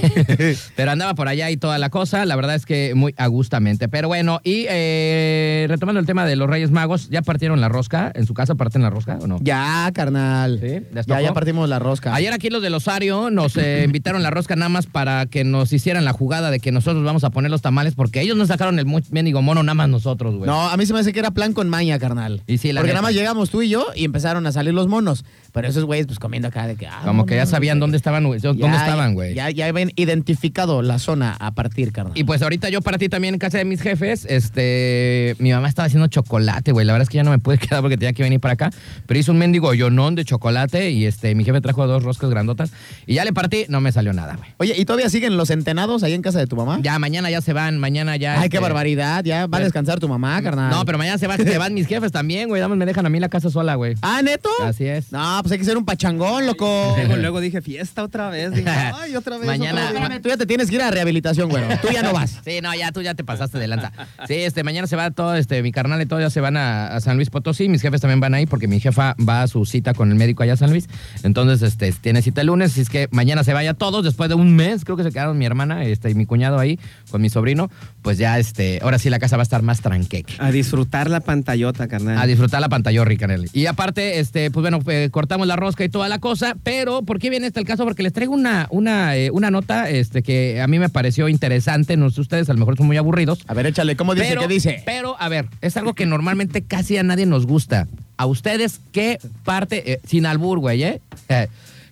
B: Pero andaba por allá y toda la cosa. La verdad es que muy agustamente. Pero bueno, y eh, retomando el tema de los Reyes Magos, ¿ya partieron la rosca? ¿En su casa parten la rosca o no?
A: Ya, carnal.
B: Sí, ¿les
A: ya,
B: tocó?
A: ya partimos la rosca.
B: Ayer aquí los del Osario nos eh, invitaron la rosca nada más para que nos hicieran la jugada de que nosotros vamos a poner los tamales porque ellos no sacaron el mu- mendigo mono nada más nosotros, güey.
A: No, a mí se me hace que era plan con maña, carnal.
B: Pues. Y sí, la
A: Porque
B: neta.
A: nada más llegamos tú y yo y empezaron a salir los monos. Pero esos güeyes, pues comiendo acá de que. ah,
B: Como que ya
A: vámonos,
B: sabían
A: güey.
B: dónde estaban, güey. Dónde
A: Ya,
B: estaban, güey.
A: Ya, ya habían identificado la zona a partir, carnal.
B: Y pues ahorita yo para ti también en casa de mis jefes, este, mi mamá estaba haciendo chocolate, güey. La verdad es que ya no me pude quedar porque tenía que venir para acá, pero hizo un mendigo llonón de chocolate y este, mi jefe trajo dos roscas grandotas y ya le partí, no me salió nada, güey.
A: Oye, ¿y todavía siguen los entenados ahí en casa de tu mamá?
B: Ya mañana ya se van, mañana ya.
A: ¿Ah? Ay,
B: este,
A: qué barbaridad. Ya va a
B: pues-
A: descansar tu mamá, carnal.
B: No, pero mañana se, va, se van mis jefes también, güey. Nada más me dejan a mí la casa sola, güey.
A: Ah, neto.
B: Así es.
A: No, pues hay que ser un pachangón, loco.
C: Luego, luego dije, fiesta otra vez. Dije, ay, otra vez.
B: Mañana-
C: otra vez.
A: Tú ya te tienes que ir a rehabilitación, güey. Tú ya no vas.
B: Sí, no, ya tú ya te pasaste de lanza. Sí, este, mañana se va todo, este, mi carnal y todo, ya se van a, a San Luis Potosí. Mis jefes también van ahí porque mi jefa va a su cita con el médico allá a San Luis. Entonces, este, tiene cita el lunes, así es que mañana se vaya todos. Después de un mes, creo que se quedaron mi hermana este, y mi cuñado ahí con mi sobrino. Pues ya, este, ahora sí la casa va a estar más tranqueque.
C: A disfrutar la pantallota, carnal.
B: A disfrutar la pantallorri, Canel. Y aparte, este, pues bueno, eh, cortamos la rosca y toda la cosa, pero ¿por qué viene este el caso? Porque les traigo una, una, eh, una nota este, que a mí me pareció interesante. No sé ustedes, a lo mejor son muy aburridos.
A: A ver, échale, ¿cómo dice?
B: pero,
A: ¿Qué dice?
B: Pero, a ver, es algo que normalmente casi a nadie nos gusta. A ustedes, ¿qué parte, eh, sin albur, güey, eh? Eh,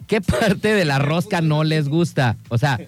B: ¿Qué parte de la rosca no les gusta? O sea,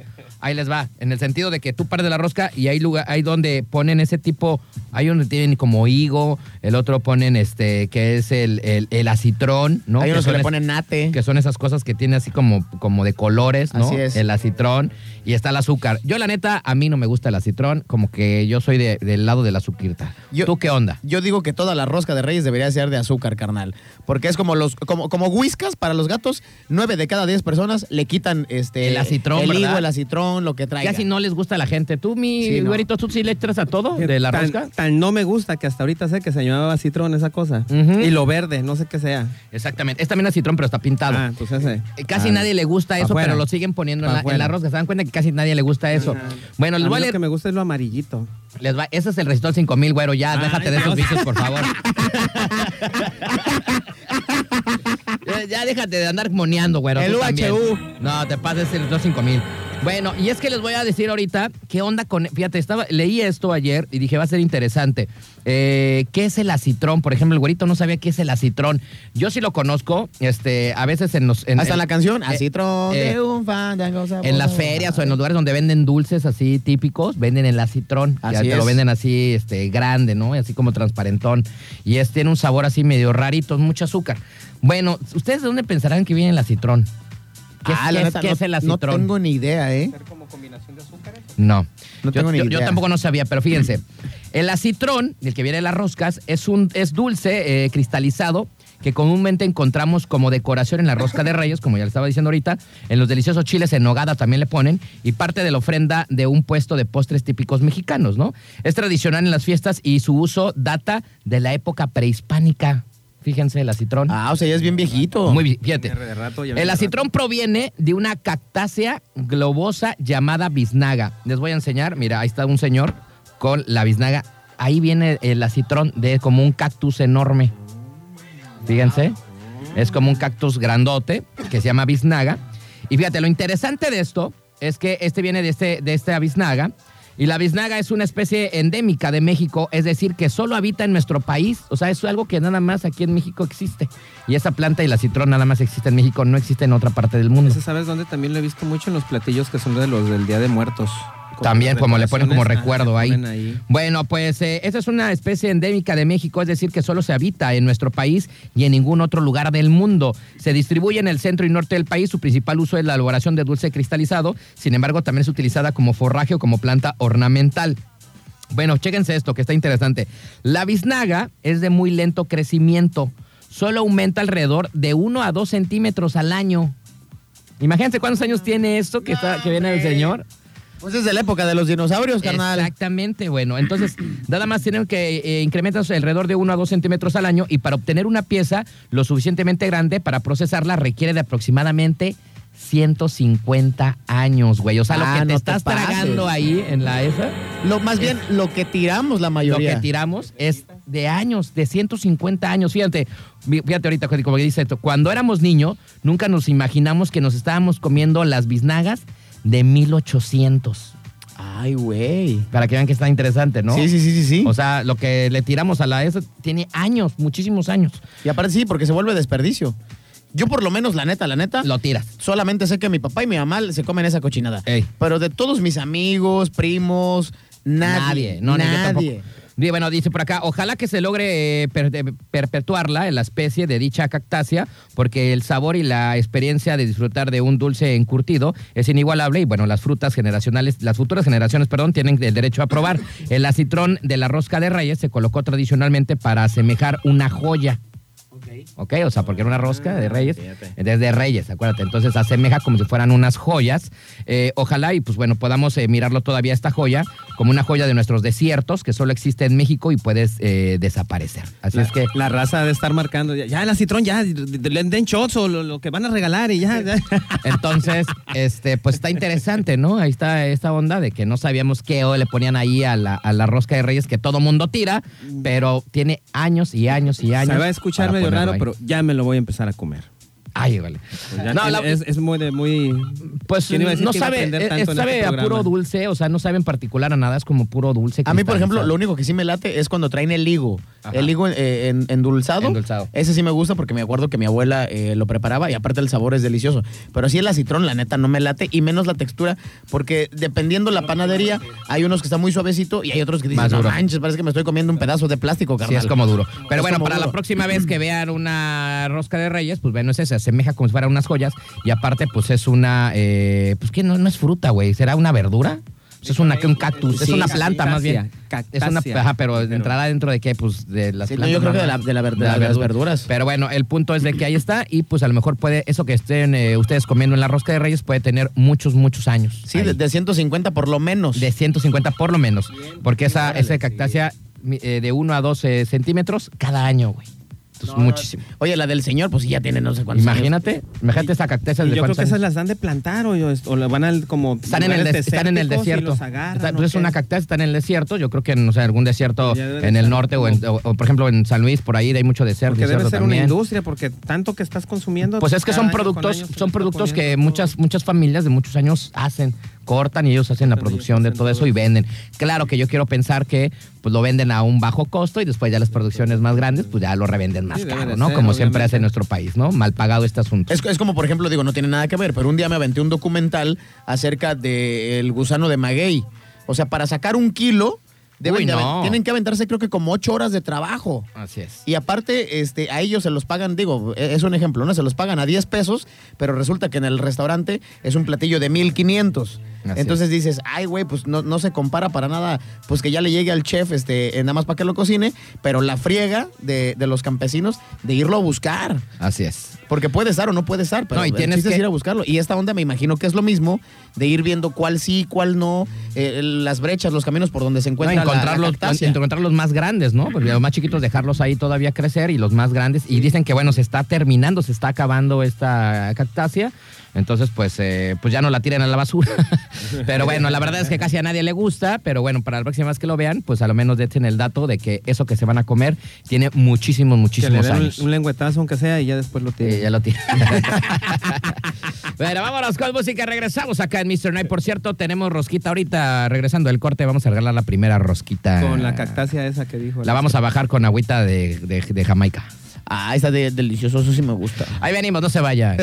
B: ahí les va. En el sentido de que tú partes la rosca y hay lugar, hay donde ponen ese tipo, hay donde tienen como higo, el otro ponen este, que es el, el, el acitrón, ¿no?
A: Hay unos que
B: son
A: le
B: es-
A: ponen nate.
B: que son esas cosas que tiene así como, como de colores, ¿no?
A: Así es.
B: El acitrón y está el azúcar. Yo, la neta, a mí no me gusta el acitrón, como que yo soy de- del lado de la azuquirta.
A: Yo-
B: ¿Tú qué onda?
A: Yo digo que toda la rosca de Reyes debería ser de azúcar, carnal. Porque es como los, como, como whiskas para los gatos, nueve de cada diez personas le quitan este
B: El acitrón,
A: el higo,
B: ¿verdad?
A: el acitrón, lo que traiga.
B: Casi no les gusta a la gente. ¿Tú, mi
A: Sí, no.
B: güerito, tú sí Eh, le echas a todo de la
C: tan,
B: rosca?
C: Tan no me gusta que hasta ahorita sé que se llamaba citrón esa cosa.
B: Ujú.
C: Y lo verde, no sé qué sea.
B: Exactamente. Es también acitrón, pero está pintado.
C: Ah, pues ese.
B: Eh, Casi
C: Ah.
B: nadie le gusta
C: Pa'
B: eso,
C: afuera.
B: pero lo siguen poniendo en
C: Pa'
B: la, en la
C: afuera.
B: rosca. ¿Se dan cuenta que casi nadie le gusta eso? Bueno,
C: Ah, A mí
B: les voy a
C: lo
B: leer-
C: que me gusta es lo amarillito.
B: Les va, ese es el resistor 5000, güero. Ya,
A: Ah,
C: Ay,
B: déjate de esos vicios, por favor. ya, ya déjate de andar moneando, güero.
A: El
B: tú también.
A: UHU.
B: No, te pases el resistor 5000. Bueno, y es que les voy a decir ahorita qué onda con... Fíjate, estaba, leí esto ayer y dije, va a ser interesante. Eh, ¿Qué es el acitrón? Por ejemplo, el güerito no sabía qué es el acitrón. Yo sí lo conozco, este, a veces en los... en-
A: Hasta
B: en-
A: la canción,
B: eh,
A: acitrón
B: eh,
A: de un fandango
B: en las
A: sabroso.
B: ferias o en los lugares donde venden dulces así típicos, venden el acitrón. Ya
A: Así
B: te lo
A: es.
B: venden así este grande, ¿no? Así como transparentón. Y es, tiene un sabor así medio rarito, mucho azúcar. Bueno, ¿ustedes de dónde pensarán que viene el acitrón? ¿Qué, es-
A: Ah,
B: qué
A: la
B: es-
A: neta,
B: qué
A: no-
B: es el
A: No
B: acitrón?
A: tengo ni idea, ¿eh?
C: como combinación de azúcares?
B: No.
A: No
B: yo,
A: tengo ni
B: yo- yo
A: idea.
B: tampoco no sabía, pero fíjense. El acitrón, el que viene de las roscas, es un es dulce eh, cristalizado que comúnmente encontramos como decoración en la rosca de reyes, como ya le estaba diciendo ahorita, en los deliciosos chiles en nogada también le ponen, y parte de la ofrenda de un puesto de postres típicos mexicanos, ¿no? Es tradicional en las fiestas y su uso data de la época prehispánica. Fíjense, el acitrón.
A: Ah, o sea, ya es bien viejito.
B: Muy bien, fíjate.
C: Ya de rato, ya de
B: El
C: rato.
B: acitrón proviene de una cactácea globosa llamada biznaga. Les voy a enseñar, mira, ahí está un señor con la biznaga. Ahí viene el acitrón de como un cactus enorme. Fíjense, es como un cactus grandote que se llama biznaga. Y fíjate, lo interesante de esto es que este viene de, este, de esta biznaga Y la biznaga es una especie endémica de México, es decir, que solo habita en nuestro país. O sea, es algo que nada más aquí en México existe. Y esa planta y la citrón nada más existe en México, no existe en otra parte del mundo.
C: Ese, ¿sabes dónde también lo he visto mucho? En los platillos que son de los del Día de Muertos.
B: También, como le ponen como
C: decoraciones,
B: recuerdo
C: ah, le
B: ahí.
C: ponen
B: Bueno, pues eh, esa es una especie endémica de México, es decir, que solo se habita en nuestro país y en ningún otro lugar del mundo. Se distribuye en el centro y norte del país. Su principal uso es la elaboración de dulce cristalizado. Sin embargo, también es utilizada como forraje o como planta ornamental. Bueno, chéquense esto que está interesante. La biznaga es de muy lento crecimiento. Solo aumenta alrededor de 1 a 2 centímetros al año. Imagínense cuántos años tiene esto que, está, que viene el señor.
A: Pues es de la época de los dinosaurios, Pues, carnal.
B: Exactamente, bueno. Entonces, nada más tienen que eh, incrementarse alrededor de 1 a 2 centímetros al año y para obtener una pieza lo suficientemente grande para procesarla requiere de aproximadamente 150 años, güey. O sea,
A: Ah,
B: lo que te
A: no te
B: estás
A: pases.
B: tragando ahí en la esa,
A: Lo, más bien, lo que tiramos la
B: lo que
A: mayoría.
B: tiramos es de años, de 150 años. Fíjate, mi- fíjate ahorita, Jorge, como que dice esto, cuando éramos niños nunca nos imaginamos que nos estábamos comiendo las biznagas de 1800.
A: Ay, güey.
B: Para que vean que está interesante, ¿no?
A: Sí, sí, sí, sí, sí.
B: O sea, lo que le tiramos a la esa tiene años, muchísimos años.
A: y aparte sí, porque se vuelve desperdicio. Yo por lo menos, la neta, la neta,
B: Lo tiras.
A: solamente sé que mi papá y mi mamá se comen esa cochinada.
B: Ey.
A: Pero de todos mis amigos, primos, nadie.
B: Nadie. No, ni yo
A: nadie.
B: tampoco. Y bueno, dice por acá, ojalá que se logre eh, per- de- perpetuarla en la especie de dicha cactácea, porque el sabor y la experiencia de disfrutar de un dulce encurtido es inigualable y bueno, las frutas generacionales, las futuras generaciones, perdón, tienen el derecho a probar. El acitrón de la rosca de reyes se colocó tradicionalmente para asemejar una joya. ¿ok? O sea, porque
C: Ah,
B: era una rosca de reyes, desde reyes, acuérdate. Entonces asemeja como si fueran unas joyas. Eh, ojalá y pues bueno, podamos eh, mirarlo todavía esta joya como una joya de nuestros desiertos que solo existe en México y puedes eh, desaparecer. Así
C: La,
B: es que...
C: la raza de estar marcando. Ya, ya la citrón, ya, d- d- le den shots o lo, lo que van a regalar y ya. ya.
B: Entonces, este, pues está interesante, ¿no? Ahí está esta onda de que no sabíamos qué o le ponían ahí a la, a la rosca de reyes que todo mundo tira, pero tiene años y años y años.
C: Se va a escuchar
B: para
C: medio
B: ponerlo
C: raro,
B: ahí.
C: pero ya me lo voy a empezar a comer.
B: Ay, vale.
C: Pues ya
B: No,
C: tiene-
B: la-
C: es, es muy de muy.
B: Pues
C: ¿Quién iba a decir
B: no
C: que iba a
B: sabe,
C: aprender
B: eh,
C: tanto en
B: sabe
C: este
B: a puro
C: programa?
B: dulce, o sea, no sabe en particular a nada, es como puro dulce.
A: A mí, por ejemplo, lo
B: cristalizado.
A: único que sí me late es cuando traen el higo.
B: Ajá.
A: El higo eh, en- endulzado.
B: Endulzado.
A: Ese sí me gusta porque me acuerdo que mi abuela eh, lo preparaba y aparte el sabor es delicioso. Pero sí el acitrón, la neta, no me late y menos la textura porque dependiendo la panadería, hay unos que están muy suavecito y hay otros que dicen,
B: Más
A: no
B: duro.
A: manches, parece que me estoy comiendo un pedazo de plástico,
B: Sí,
A: carnal.
B: es como duro. Pero
A: Es
B: bueno,
A: como
B: para la
A: duro.
B: próxima vez que vean una rosca de reyes, pues bueno, es esa, se asemeja como si fueran unas joyas. Y aparte, pues es una, eh, pues que no, no es fruta, güey, ¿será una verdura? Pues es una, que un cactus, es
A: Sí,
B: una planta más bien. Es
C: cactácea.
B: una, ajá, pero
C: Pero-
B: entrará dentro de qué, pues de las
A: Sí, no,
B: plantas
A: yo creo que de, la,
B: normales.
A: de, la ver- de
B: las
A: las
B: verduras.
A: verduras.
B: Pero bueno, el punto es de que ahí está y pues a lo mejor puede, eso que estén eh, ustedes comiendo en la rosca de reyes puede tener muchos, muchos años.
A: Sí,
B: ahí.
A: de, de 150 por lo menos.
B: De 150 por lo menos. Porque esa, esa cactácea mi- eh, de 1 a 12 centímetros cada año, güey. Entonces, muchísimo.
A: Oye, la del señor, pues sí, ya tiene no sé cuántos años.
B: Imagínate, imagínate esa cactácea
C: Y
B: de
C: yo creo
B: cuántos
C: que esas
B: años.
C: las dan de plantar o, o las van al como.
B: Están en, el
C: lugares
B: des- están en el
C: desérticos y
B: desierto.
C: los agarran,
B: Está-
C: ¿o
B: pues es
C: qué?
B: una cactácea, están en el desierto. Yo creo que en o sea, algún desierto
C: Ya debe de
B: en el
C: estar
B: norte o, en- o- o, por ejemplo en San Luis, por ahí hay mucho desierto.
C: Porque debe
B: desierto
C: ser una
B: también.
C: industria, porque tanto que estás consumiendo.
B: Pues es que
C: cada
B: son
C: año con
B: productos,
C: año se le
B: son
C: está
B: productos que
C: poniendo
B: muchas, muchas familias de muchos años hacen, cortan y ellos hacen la
C: Pero ellos
B: producción de
C: hacen
B: todo eso
C: todo
B: y
C: eso.
B: venden. Claro que yo quiero pensar que pues lo venden a un bajo costo y después ya las producciones más grandes pues ya lo revenden más
C: Sí, debe
B: caro,
C: de
B: ¿no?
C: ser,
B: Como siempre
C: obviamente.
B: hace nuestro país, ¿no? Mal pagado este asunto.
A: Es, es como, por ejemplo, digo, no tiene nada que ver, pero un día me aventé un documental acerca del gusano de maguey. O sea, para sacar un kilo, deben
B: Uy,
A: de aven-
B: no.
A: tienen que aventarse creo que como ocho horas de trabajo.
B: Así es.
A: Y aparte, este, a ellos se los pagan, digo, e- es un ejemplo, ¿no? Se los pagan a 10 pesos, pero resulta que en el restaurante es un platillo de 1500.
B: Así
A: Entonces dices, ay, güey, pues no, no se compara para nada, pues que ya le llegue al chef, este, eh, nada más para que lo cocine, pero la friega de, de los campesinos de irlo a buscar.
B: Así es.
A: Porque puede estar o no puede estar, pero
B: No, y
A: el
B: tienes
A: chiste es
B: que-
A: ir a buscarlo. Y esta onda me imagino que es lo mismo de ir viendo cuál sí, cuál no, eh, las brechas, los caminos por donde se
B: No,
A: encuentra la-
B: encontrar,
A: la
B: los,
A: cactácea.
B: encontrar los más grandes, ¿no? Porque los más chiquitos dejarlos ahí todavía crecer y los más grandes. Y dicen que, bueno, se está terminando, se está acabando esta cactácea. Entonces, pues, eh, pues ya no la tiren a la basura. pero bueno, la verdad es que casi a nadie le gusta. Pero bueno, para la próxima vez que lo vean, pues a lo menos dejen el dato de que eso que se van a comer tiene muchísimos,
C: Que le
B: muchísimos
C: den
B: años.
C: Este, un, un lengüetazo, aunque sea, y ya después lo
B: Eh,
C: tiene.
B: ya lo tiene. Bueno, vámonos con música. Regresamos acá en Mr. Night. Por cierto, tenemos rosquita ahorita. Regresando del corte, vamos a regalar la primera rosquita.
C: Con la cactácea esa que dijo.
B: La vamos a bajar con agüita de, de- de Jamaica.
A: Ah, está de, delicioso, eso sí me gusta.
B: Ahí venimos, no se vaya.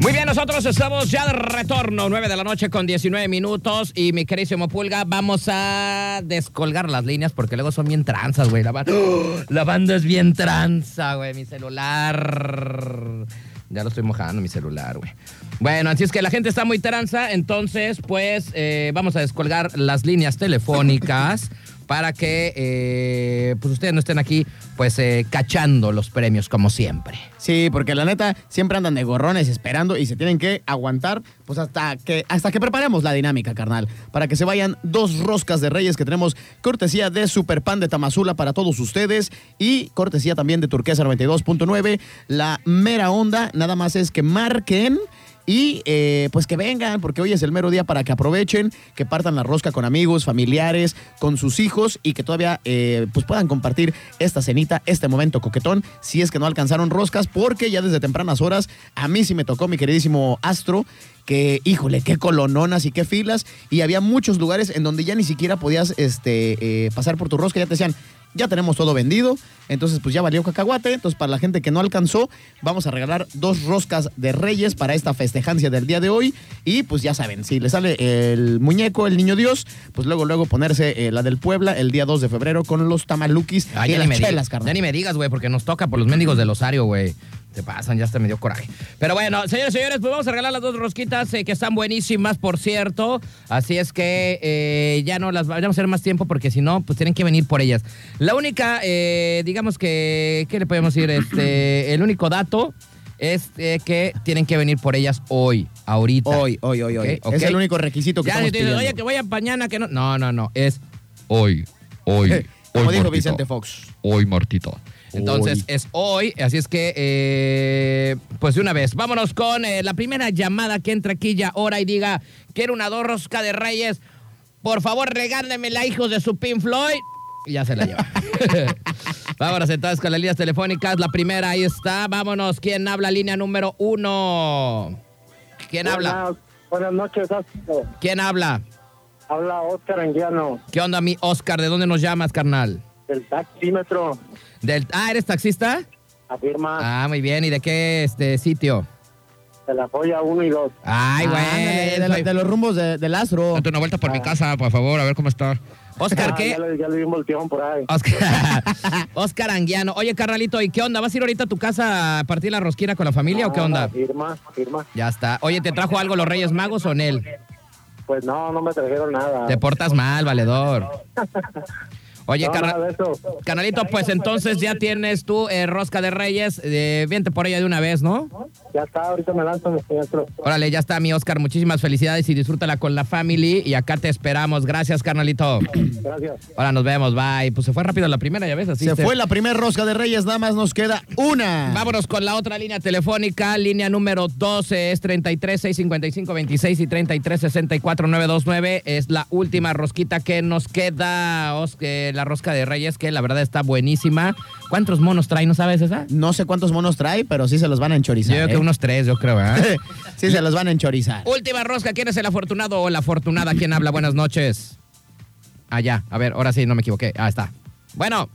B: Muy bien, nosotros estamos ya de retorno, 9 de la noche con 19 minutos. Y mi querísimo Pulga, vamos a descolgar las líneas porque luego son bien tranzas, güey. La, ban- la banda es bien tranza, güey. Mi celular. Ya lo estoy mojando, mi celular, güey. Bueno, así es que la gente está muy tranza, entonces, pues, eh, vamos a descolgar las líneas telefónicas para que, eh, pues, ustedes no estén aquí, pues, eh, cachando los premios como siempre.
A: Sí, porque la neta siempre andan de gorrones esperando y se tienen que aguantar, pues hasta que hasta que preparemos la dinámica, carnal, para que se vayan dos roscas de Reyes que tenemos cortesía de Superpan de Tamazula para todos ustedes y cortesía también de Turquesa 92.9, la mera onda, nada más es que marquen y eh, pues que vengan, porque hoy es el mero día para que aprovechen, que partan la rosca con amigos, familiares, con sus hijos y que todavía eh, pues puedan compartir esta cenita, este momento coquetón, si es que no alcanzaron roscas, porque ya desde tempranas horas a mí sí me tocó mi queridísimo Astro, que híjole, qué colononas y qué filas, y había muchos lugares en donde ya ni siquiera podías este, eh, pasar por tu rosca, ya te decían, ya tenemos todo vendido, entonces pues ya valió cacahuate. Entonces para la gente que no alcanzó, vamos a regalar dos roscas de reyes para esta festejancia del día de hoy. Y pues ya saben, si le sale el muñeco, el niño Dios, pues luego luego ponerse eh, la del Puebla el día 2 de febrero con los tamaluquis
B: Ay,
A: y
B: Ah, ya, ni
A: las
B: me digas,
A: chelas,
B: ya
A: carnal.
B: ni me digas, güey, porque nos toca por los mendigos del osario, güey. Te pasan, ya hasta me dio coraje. Pero bueno, señores, señores, pues vamos a regalar las dos rosquitas eh, que están buenísimas, por cierto. Así es que eh, ya no las va- vamos a hacer más tiempo porque si no, pues tienen que venir por ellas. La única, eh, digamos que, ¿qué le podemos decir? Este, el único dato es eh, que tienen que venir por ellas hoy, ahorita.
A: Hoy, hoy, hoy, hoy.
B: Ok,
A: Es
B: ok.
A: el único requisito que
B: Ya, si
A: estamos
B: te dicen,
A: pidiendo.
B: oye, que voy a mañana, que no. No, no, no, es hoy, hoy. hoy
A: Como dijo
B: Martito.
A: Vicente Fox.
B: Hoy, Martito. Entonces es hoy, así es que, eh, pues de una vez, vámonos con eh, la primera llamada que entra aquí ya ahora y diga, quiero una dos rosca de reyes, por favor regálemela, hijos de su Pink Floyd. Y ya se la lleva. vámonos entonces con las líneas telefónicas, la primera ahí está, vámonos, ¿quién habla? Línea número uno. ¿Quién habla?
D: Buenas- Buenas noches, Astro.
B: ¿Quién habla?
D: Habla Oscar Anguiano,
B: ¿Qué onda, mi Oscar? ¿De dónde nos llamas, carnal?
D: del taxímetro.
B: Del, ah, ¿eres taxista?
D: Afirma
B: Ah, muy bien. ¿Y de qué este sitio?
D: de la joya 1 y 2.
B: Ay, güey. Ah,
A: Ándale, de, la- Ah.
B: soy-
A: de los rumbos de- del astro.
B: Date una vuelta por mi casa, por favor, a ver cómo está. Oscar, ¿qué?
D: Ah, Ya le, ya le di un volteón por ahí.
B: Oscar, Oscar Anguiano. Oye, carnalito, ¿y qué onda? ¿Vas a ir ahorita a tu casa a partir la rosquina con la familia o qué onda?
D: Afirma, afirma.
B: Ya está. Oye, ¿te trajo algo los Reyes Magos o en él?
D: Pues no, no me trajeron nada.
B: Te portas mal, valedor. Oye,
D: No,
B: carnal.
D: nada de eso.
B: Canalito, pues entonces ya tienes tú eh, Rosca de Reyes. Eh, vente por ella de una vez, ¿no?
D: Ya está, ahorita me lanzo, mi maestro.
B: Órale, ya está mi Oscar. Muchísimas felicidades y disfrútala con la family. Y acá te esperamos. Gracias, carnalito.
D: Gracias.
B: Ahora nos vemos. Bye. Pues se fue rápido la primera, ya ves. Así
A: Se fue la primera rosca de reyes, nada más nos queda una.
B: Vámonos con la otra línea telefónica. Línea número 12 es 33 655 26 y 33 64 929. Es la última rosquita que nos queda. Os- eh, la rosca de Reyes, que la verdad está buenísima. ¿Cuántos monos trae? ¿No sabes esa?
A: No sé cuántos monos trae, pero sí se los van a
B: Yo
A: enchorizar.
B: creo que
A: ¿eh?
B: unos tres, yo creo, ¿verdad?
A: sí se los van a enchorizar.
B: Última rosca, ¿quién es el afortunado o la afortunada? ¿Quién habla? Buenas noches. Allá, a ver, ahora sí, no me equivoqué. Ah, está. Bueno,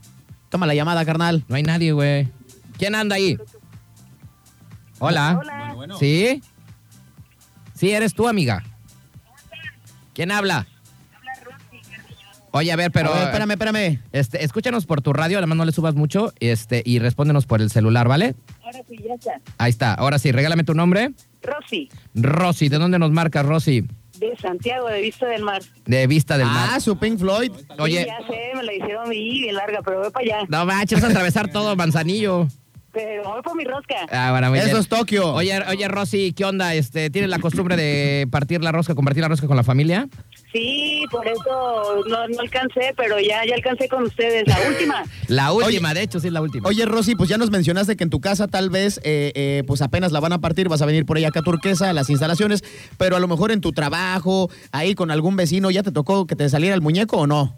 A: Toma la llamada, carnal.
B: no hay nadie, güey. ¿Quién anda ahí? Hola. ¿Sí? Sí, eres tú, amiga. ¿Quién habla? Oye, a ver,
A: A
B: pero...
A: ver, espérame, espérame.
B: Este, escúchanos por tu radio, además no le subas mucho, este, y respóndenos por el celular, ¿vale?
E: Ahora sí, ya está.
B: Ahí está. Ahora sí, regálame tu nombre.
E: Rosy,
B: Rosy, ¿de dónde nos marcas, Rosy?
E: de Santiago, de Vista del Mar.
B: De Vista del Mar.
A: Ah, su Pink Floyd.
B: Oye,
E: Sí, ya sé, me la hicieron bien, bien larga, pero voy para allá.
B: no manches, vas a atravesar todo Manzanillo.
E: pero voy por mi rosca.
B: Ah, bueno, muy
A: Eso
B: bien.
A: es Tokio.
B: Oye, oye, Rosy, ¿qué onda? Este, ¿Tienes la costumbre de partir la rosca, compartir la rosca con la familia?
E: Sí, por eso no, no alcancé, pero ya, ya alcancé con ustedes. La última.
B: La última, de hecho, sí es la última.
A: Oye, Rosy, pues ya nos mencionaste que en tu casa tal vez, eh, eh, pues apenas la van a partir, vas a venir por ahí acá a Turquesa, a las instalaciones, pero a lo mejor en tu trabajo, ahí con algún vecino, ¿ya te tocó que te saliera el muñeco o no?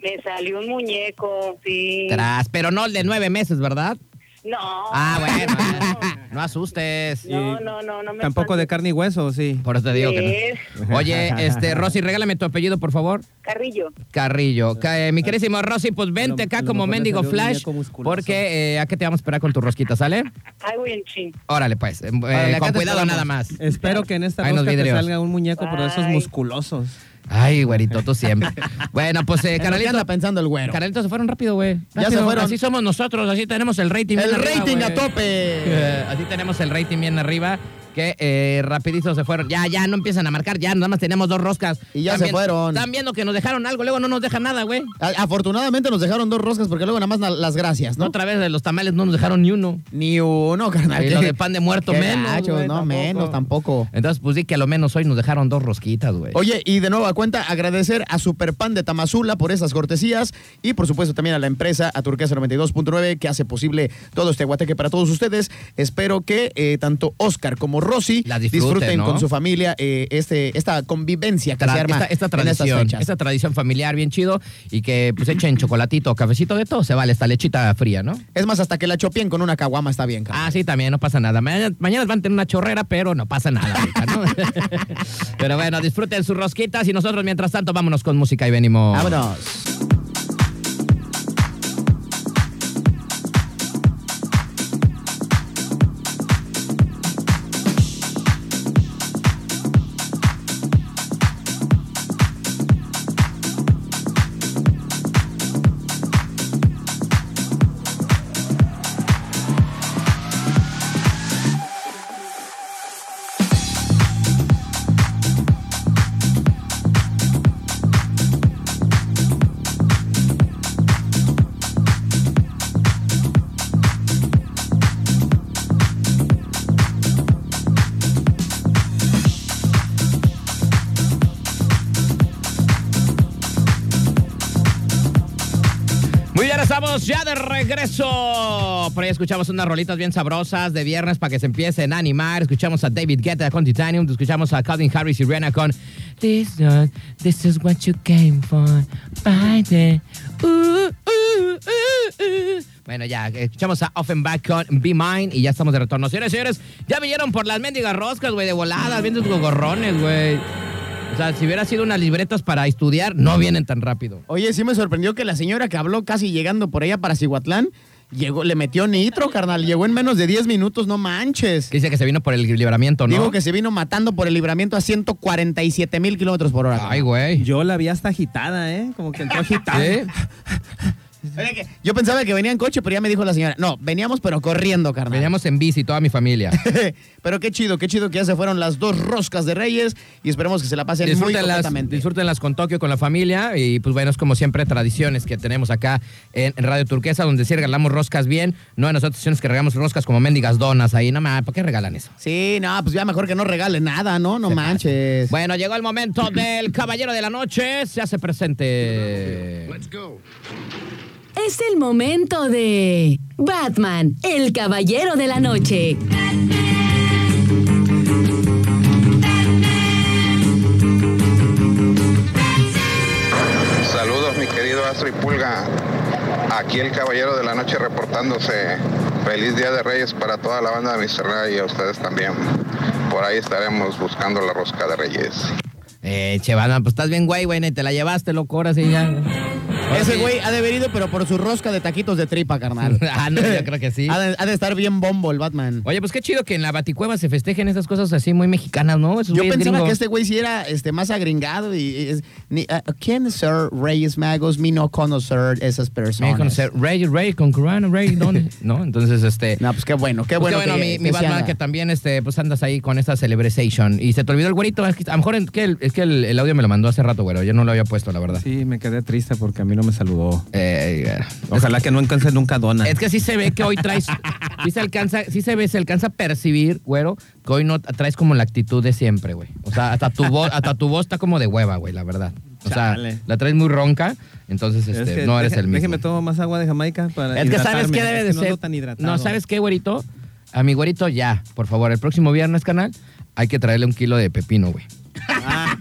E: Me salió un muñeco, sí.
B: Tras, pero no el de nueve meses, ¿verdad?
E: No.
B: Ah, bueno. No asustes.
E: No, no, no, no me
C: Tampoco de
E: espantes.
C: carne y hueso, sí.
B: Por eso te digo que
E: Sí.
B: no. Oye, este, Rosy, regálame tu apellido, por favor.
E: Carrillo.
B: Carrillo. Ca- eh, mi querísimo Rosy, pues vente
C: A lo-
B: acá
C: a lo
B: como
C: mejor le
B: mendigo
C: salió un
B: flash,
C: muñeco musculoso.
B: porque eh, acá te vamos a esperar con tu rosquita, ¿sale?
E: Ay, güey, en chin.
B: Órale, pues. eh,
A: Órale, acá
B: con
A: te
B: cuidado
A: esperamos.
B: nada más.
C: Espero que en esta
B: Ahí nos
C: rosca te
B: vidrios.
C: salga un muñeco, pero de esos
E: Ay.
C: musculosos.
B: Ay, güerito, tú siempre. bueno, pues, eh,
A: ¿En lo que
B: Carolito,
A: anda pensando el güero?
B: Carolito, se fueron rápido, güey.
A: Ya
B: Rápido.
A: se fueron.
B: Así somos nosotros, así tenemos el rating bien
A: El
B: arriba,
A: rating
B: güey.
A: a tope.
B: Eh, así tenemos el rating bien arriba. Que eh, rapidito se fueron. Ya, ya, no empiezan a marcar. Ya, nada más tenemos dos roscas.
A: Y ya
B: Están
A: se
B: viendo-
A: fueron.
B: Están viendo que nos dejaron algo, luego no nos dejan nada, güey.
A: A- Afortunadamente nos dejaron dos roscas porque luego nada más la- las gracias, ¿no?
B: Otra vez de los tamales no nos dejaron ni uno.
A: Ni uno, carnal.
B: Y lo de pan de muerto
A: Qué
B: menos,
A: gachos,
B: güey,
A: no,
B: tampoco.
A: menos tampoco.
B: Entonces, pues sí que a lo menos hoy nos dejaron dos rosquitas, güey.
A: Oye, y de nueva cuenta, agradecer a Superpan de Tamazula por esas cortesías y por supuesto también a la empresa, a Turquesa 92.9, que hace posible todo este aguateque para todos ustedes. Espero que eh, tanto Oscar como Rosy
B: La disfruten, ¿no?
A: con su familia eh, este, esta convivencia que
B: Tra-
A: se arma
B: esta, esta
A: en estas
B: tradición,
A: fechas.
B: esta tradición familiar bien chido y que pues echen chocolatito, cafecito de todo, se vale esta lechita fría, ¿no?
A: Es más, hasta que la chopien con una caguama está bien, carnal.
B: Ah, sí, también no pasa nada. Mañana, mañana van a tener una chorrera, pero no pasa nada. ahorita, ¿no? pero bueno, disfruten sus rosquitas y nosotros mientras tanto vámonos con música y venimos.
A: Vámonos.
B: Muy bien, estamos ya de regreso. Por ahí escuchamos unas rolitas bien sabrosas de viernes para que se empiecen a animar. Escuchamos a David Guetta con Titanium. Escuchamos a Calvin Harris y Rihanna con This, is- this is what you came for. Find it. Uh, uh, uh, uh. Bueno, ya, escuchamos a Offenbach con Be Mine y ya estamos de retorno. Señores, señores, ya vinieron por las mendigas roscas, güey, de voladas, viendo sus gorrones, güey. O sea, si hubiera sido unas libretas para estudiar, no vienen tan rápido.
A: Oye, sí me sorprendió que la señora que habló casi llegando por allá para Cihuatlán, llegó, le metió nitro, carnal. Llegó en menos de 10 minutos, no manches.
B: Que dice que se vino por el libramiento, ¿no?
A: Dijo que se vino matando por el libramiento a 147 mil kilómetros por hora.
B: Ay, güey.
C: Yo la vi hasta agitada, ¿eh? Como que entró agitada.
B: ¿Sí?
A: Oye, que Yo pensaba que venía en coche, pero ya me dijo la señora. No, veníamos pero corriendo, carnal.
B: Veníamos en bici toda mi familia.
A: pero qué chido, qué chido que ya se fueron las dos roscas de Reyes y esperemos que se la pasen muy
B: Disfrútenlas,
A: completamente.
B: disfrútenlas con Tokio, con la familia. Y pues bueno, es como siempre tradiciones que tenemos acá en en Radio Turquesa, donde sí regalamos roscas bien. No en nosotros, sino que regalamos roscas como mendigas donas ahí. No mames, ¿por qué regalan eso?
A: Sí, no, pues ya mejor que no regale nada, ¿no? No
B: Se
A: manches.
B: Bueno, llegó el momento del Caballero de la Noche. Se hace presente.
F: Es el momento de Batman, el Caballero de la Noche.
G: Saludos mi querido Astro y Pulga, aquí el Caballero de la Noche reportándose. Feliz Día de Reyes para toda la banda de Mr. Ray y a ustedes también. Por ahí estaremos buscando la rosca de Reyes.
B: Eh, che, Batman, pues estás bien, güey, güey. ni Te la llevaste, loco, ahora sí ya. Ahora
A: Ese
B: sí.
A: güey ha de haber ido, pero por su rosca de taquitos de tripa, carnal.
B: Ah, no, yo creo que sí.
A: Ha de, ha de estar bien bombo el Batman.
B: Oye, pues qué chido que en la Baticueva se festejen esas cosas así muy mexicanas, ¿no? Esos
A: Yo
B: güeyes
A: pensaba
B: gringos.
A: que este güey sí era este, más agringado y... es- ni- ah, ¿Quién, sir, Reyes Magos? Mi no conocer esas personas.
B: Me conocer Ray, Ray, con Corona, Ray, ¿dónde? ¿No? Entonces, este.
A: No, pues qué bueno, qué
B: pues,
A: bueno. que-
B: mi,
A: que
B: mi
A: se
B: Batman,
A: haga.
B: que también este, pues andas ahí con esta celebration. Y se te olvidó el güerito. Es que, a lo mejor es que, el, es que el, el audio me lo mandó hace rato, güero. Yo no lo había puesto, la verdad.
C: Sí, me quedé triste porque a mí no no me saludó.
B: Eh, eh,
C: Ojalá que no alcance nunca dona.
B: Es que sí se ve que hoy traes, sí se alcanza, sí se ve, se alcanza a percibir, güero, que hoy no traes como la actitud de siempre, güey. O sea, hasta tu voz, hasta tu voz está como de hueva, güey, la verdad. O sea,
C: Chale.
B: la traes muy ronca, entonces
C: Es
B: este,
C: que
B: no eres
C: deja-
B: el mismo.
C: Déjeme tomo más agua de Jamaica para
B: Es que sabes
C: hidratarme.
B: qué debe
C: Es
B: de
C: que no
B: ser.
C: ando tan hidratado.
B: No, ¿sabes qué, güerito? A mi güerito ya, por favor, el próximo viernes, canal, hay que traerle un kilo de pepino, güey.
C: Ah.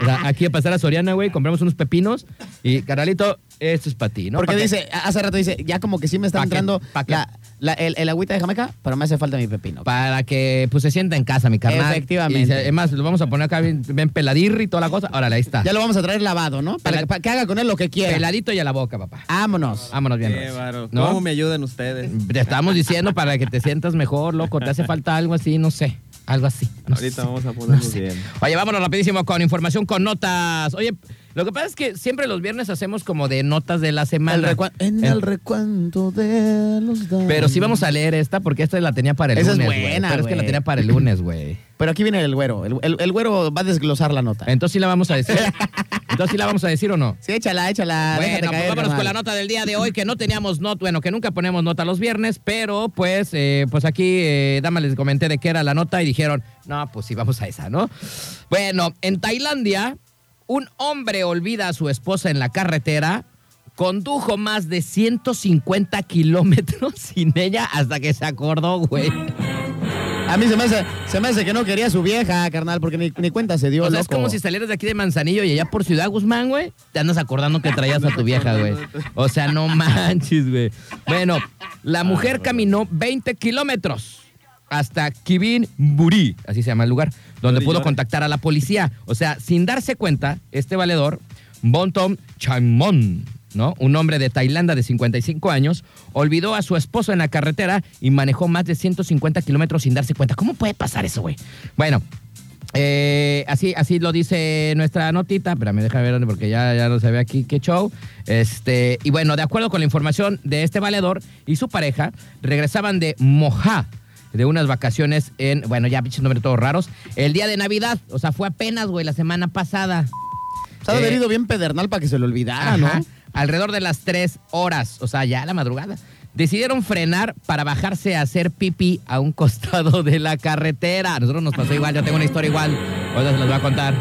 B: O sea, aquí a pasar a Soriana, güey, compramos unos pepinos y, carnalito, esto es para ti, ¿no?
A: Porque
B: Pa' que-
A: dice, hace rato dice, ya como que sí me está
B: Pa' que-
A: entrando
B: pa' que-
A: la- la- el, el agüita de Jamaica, pero me hace falta mi pepino.
B: Para que pues se sienta en casa, mi carnal.
A: Efectivamente.
B: Y se- es más, lo vamos a poner acá bien, bien peladirri y toda la cosa. Órale, ahí está.
A: ya lo vamos a traer lavado, ¿no? Para,
B: Pela-
A: que, para que haga con él lo que quiera.
B: Peladito y a la boca, papá.
A: Vámonos.
B: Vámonos bien.
C: Qué
B: Rosa.
C: bárbaro.
B: ¿No?
C: ¿Cómo me ayudan ustedes?
B: Te estamos diciendo para que te sientas mejor, loco. Te hace falta algo así, no sé. Algo así. no
C: Ahorita
B: sé.
C: vamos a ponernos
B: No sé.
C: bien.
B: Oye, vámonos rapidísimo con información con notas. Oye, lo que pasa es que siempre los viernes hacemos como de notas de la
A: El
B: semana.
A: recua- en
B: El-
A: el recuento de los daños.
B: pero sí vamos a leer esta porque esta la tenía para el
A: Esa es
B: lunes. güey.
A: buena,
B: Pero es que la
A: güey.
B: tenía para el lunes, güey.
A: Pero aquí viene el güero. El, el- el güero va a desglosar la nota.
B: Entonces sí la vamos a decir. Entonces sí la vamos a decir o no.
A: Sí, échala, échala. déjate
B: Bueno, pues
A: caer,
B: vámonos con la
A: carnal.
B: nota del día de hoy, que no teníamos nota, bueno, que nunca ponemos nota los viernes, pero pues, eh, pues aquí eh, Dama les comenté de qué era la nota y dijeron, no, pues sí, vamos a esa, ¿no? Bueno, en Tailandia, un hombre olvida a su esposa en la carretera, condujo más de 150 kilómetros sin ella hasta que se acordó, güey.
A: A mí se me, hace, se me hace que no quería a su vieja, carnal, porque ni, ni cuenta se dio,
B: O sea, es
A: loco.
B: como si salieras de aquí de Manzanillo y allá por Ciudad Guzmán, güey, te andas acordando que traías a tu vieja, güey. O sea, no manches, güey. Bueno, la mujer caminó 20 kilómetros hasta Kibin Buri, así se llama el lugar, donde
C: Buri,
B: pudo
C: llora.
B: contactar a la policía. O sea, sin darse cuenta, este valedor, Bontom Chaimon, ¿no? Un hombre de Tailandia de 55 años, olvidó a su esposo en la carretera y manejó más de 150 kilómetros sin darse cuenta. ¿Cómo puede pasar eso, güey? Bueno, eh, así, así lo dice nuestra notita. Espérame, déjame ver dónde, porque ya, ya no se ve aquí qué show. Este, y bueno, de acuerdo con la información de este valedor y su pareja, regresaban de Moja de unas vacaciones en, bueno, ya pinches nombres todos raros, el día de Navidad. O sea, fue apenas, güey, la semana pasada.
A: Se ha de haber
B: Eh,
A: ido bien pedernal para que se lo olvidara,
B: Ajá.
A: ¿no?
B: Alrededor de las 3 horas, o sea, ya a la madrugada. Decidieron frenar para bajarse a hacer pipí a un costado de la carretera. A nosotros nos pasó igual, yo tengo una historia igual. Ahorita se las voy a contar.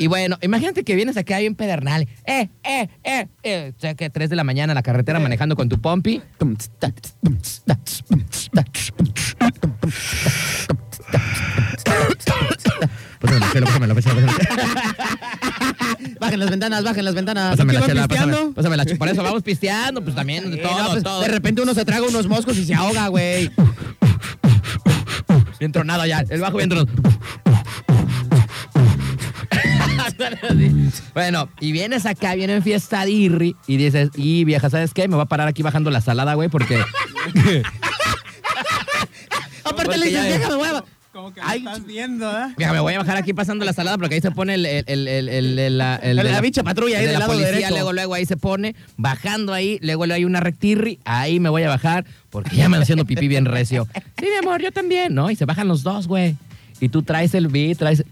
B: Y bueno, imagínate que vienes acá bien pedernal. Eh, eh, eh, eh. O sea, que 3 de la mañana en la carretera manejando con tu pompi. Pásamela, chela, pásamela, pásamela, pásamela.
A: Bajen las ventanas, bajen las ventanas.
B: Pásame la
A: ¿Qué
B: chela,
A: van
B: pásame-
A: Ah, pisteando?
B: pásame la chela. Por eso vamos pisteando, pues también, de
A: Eh,
B: todo,
A: no, pues,
B: todo.
A: De repente uno se traga unos moscos y se ahoga, güey.
B: Bien tronado ya, el bajo bien tronado. bueno, y vienes acá, viene en fiesta de Irri y dices, y vieja, ¿sabes qué? Me voy a parar aquí bajando la salada, güey, porque.
A: Aparte
B: Porque
A: le dices,
B: ya-
A: déjame, hueva.
C: Como que
A: me Ay, estás
C: viendo, ¿eh?
B: Vieja, me voy a bajar aquí pasando la salada porque ahí se pone el. el, el, el, el- el- la, el
A: La-
B: de
A: la bicha patrulla ahí
B: el
A: del
B: de la
A: lado
B: policía,
A: derecho.
B: Luego, luego ahí se pone, bajando ahí, luego luego hay una rectirri, ahí me voy a bajar porque ya me ando haciendo pipí bien recio. Sí, mi amor, yo también, ¿no? Y se bajan los dos, güey. Y tú traes el beat, traes.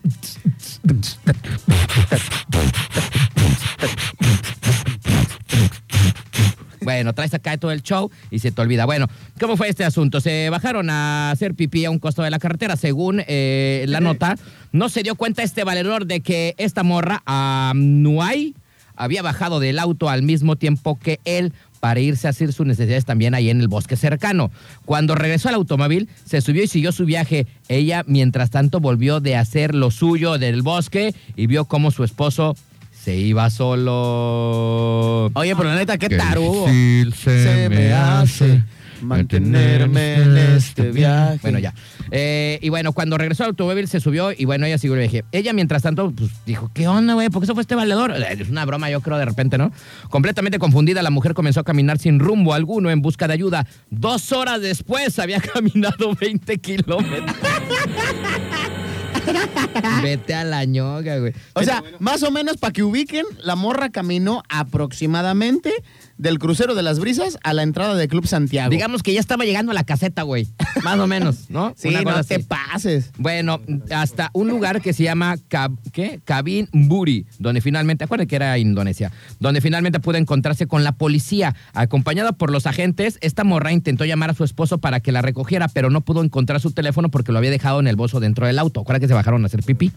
B: Bueno, traes acá todo el show y se te olvida. Bueno, ¿cómo fue este asunto? Se bajaron a hacer pipí a un costo de la carretera, según eh, la nota. No se dio cuenta este valedor de que esta morra, Amnuay, había bajado del auto al mismo tiempo que él para irse a hacer sus necesidades también ahí en el bosque cercano. Cuando regresó al automóvil, se subió y siguió su viaje. Ella, mientras tanto, volvió de hacer lo suyo del bosque y vio cómo su esposo se iba solo.
A: Oye, pero la neta, qué
B: Qué
A: tarugo.
B: difícil se,
A: Se
B: me
A: me
B: hace
A: hace mantenerme en este viaje.
B: Bueno, ya. Eh, y bueno, cuando regresó al automóvil se subió y bueno, ella siguió el viaje. Ella, mientras tanto, pues dijo, ¿qué onda, güey? ¿Por qué se fue este valedor? Eh, Es una broma, yo creo, de repente, ¿no? Completamente confundida, la mujer comenzó a caminar sin rumbo alguno en busca de ayuda. Dos horas después había caminado 20 kilómetros. Vete a la ñoga, güey.
A: O sea, más o menos para que ubiquen, la morra caminó aproximadamente del crucero de las brisas a la entrada del Club Santiago.
B: Digamos que ya estaba llegando a la caseta, güey. más o menos, ¿no?
A: Sí,
B: Una cosa
A: no te
B: así.
A: pases.
B: Bueno, hasta un lugar que se llama Cab- ¿qué? Cabin Buri, donde finalmente, acuérdense que era Indonesia, donde finalmente pudo encontrarse con la policía. Acompañada por los agentes, esta morra intentó llamar a su esposo para que la recogiera, pero no pudo encontrar su teléfono porque lo había dejado en el bolso dentro del auto. Acuérdate que se bajaron a hacer pipí.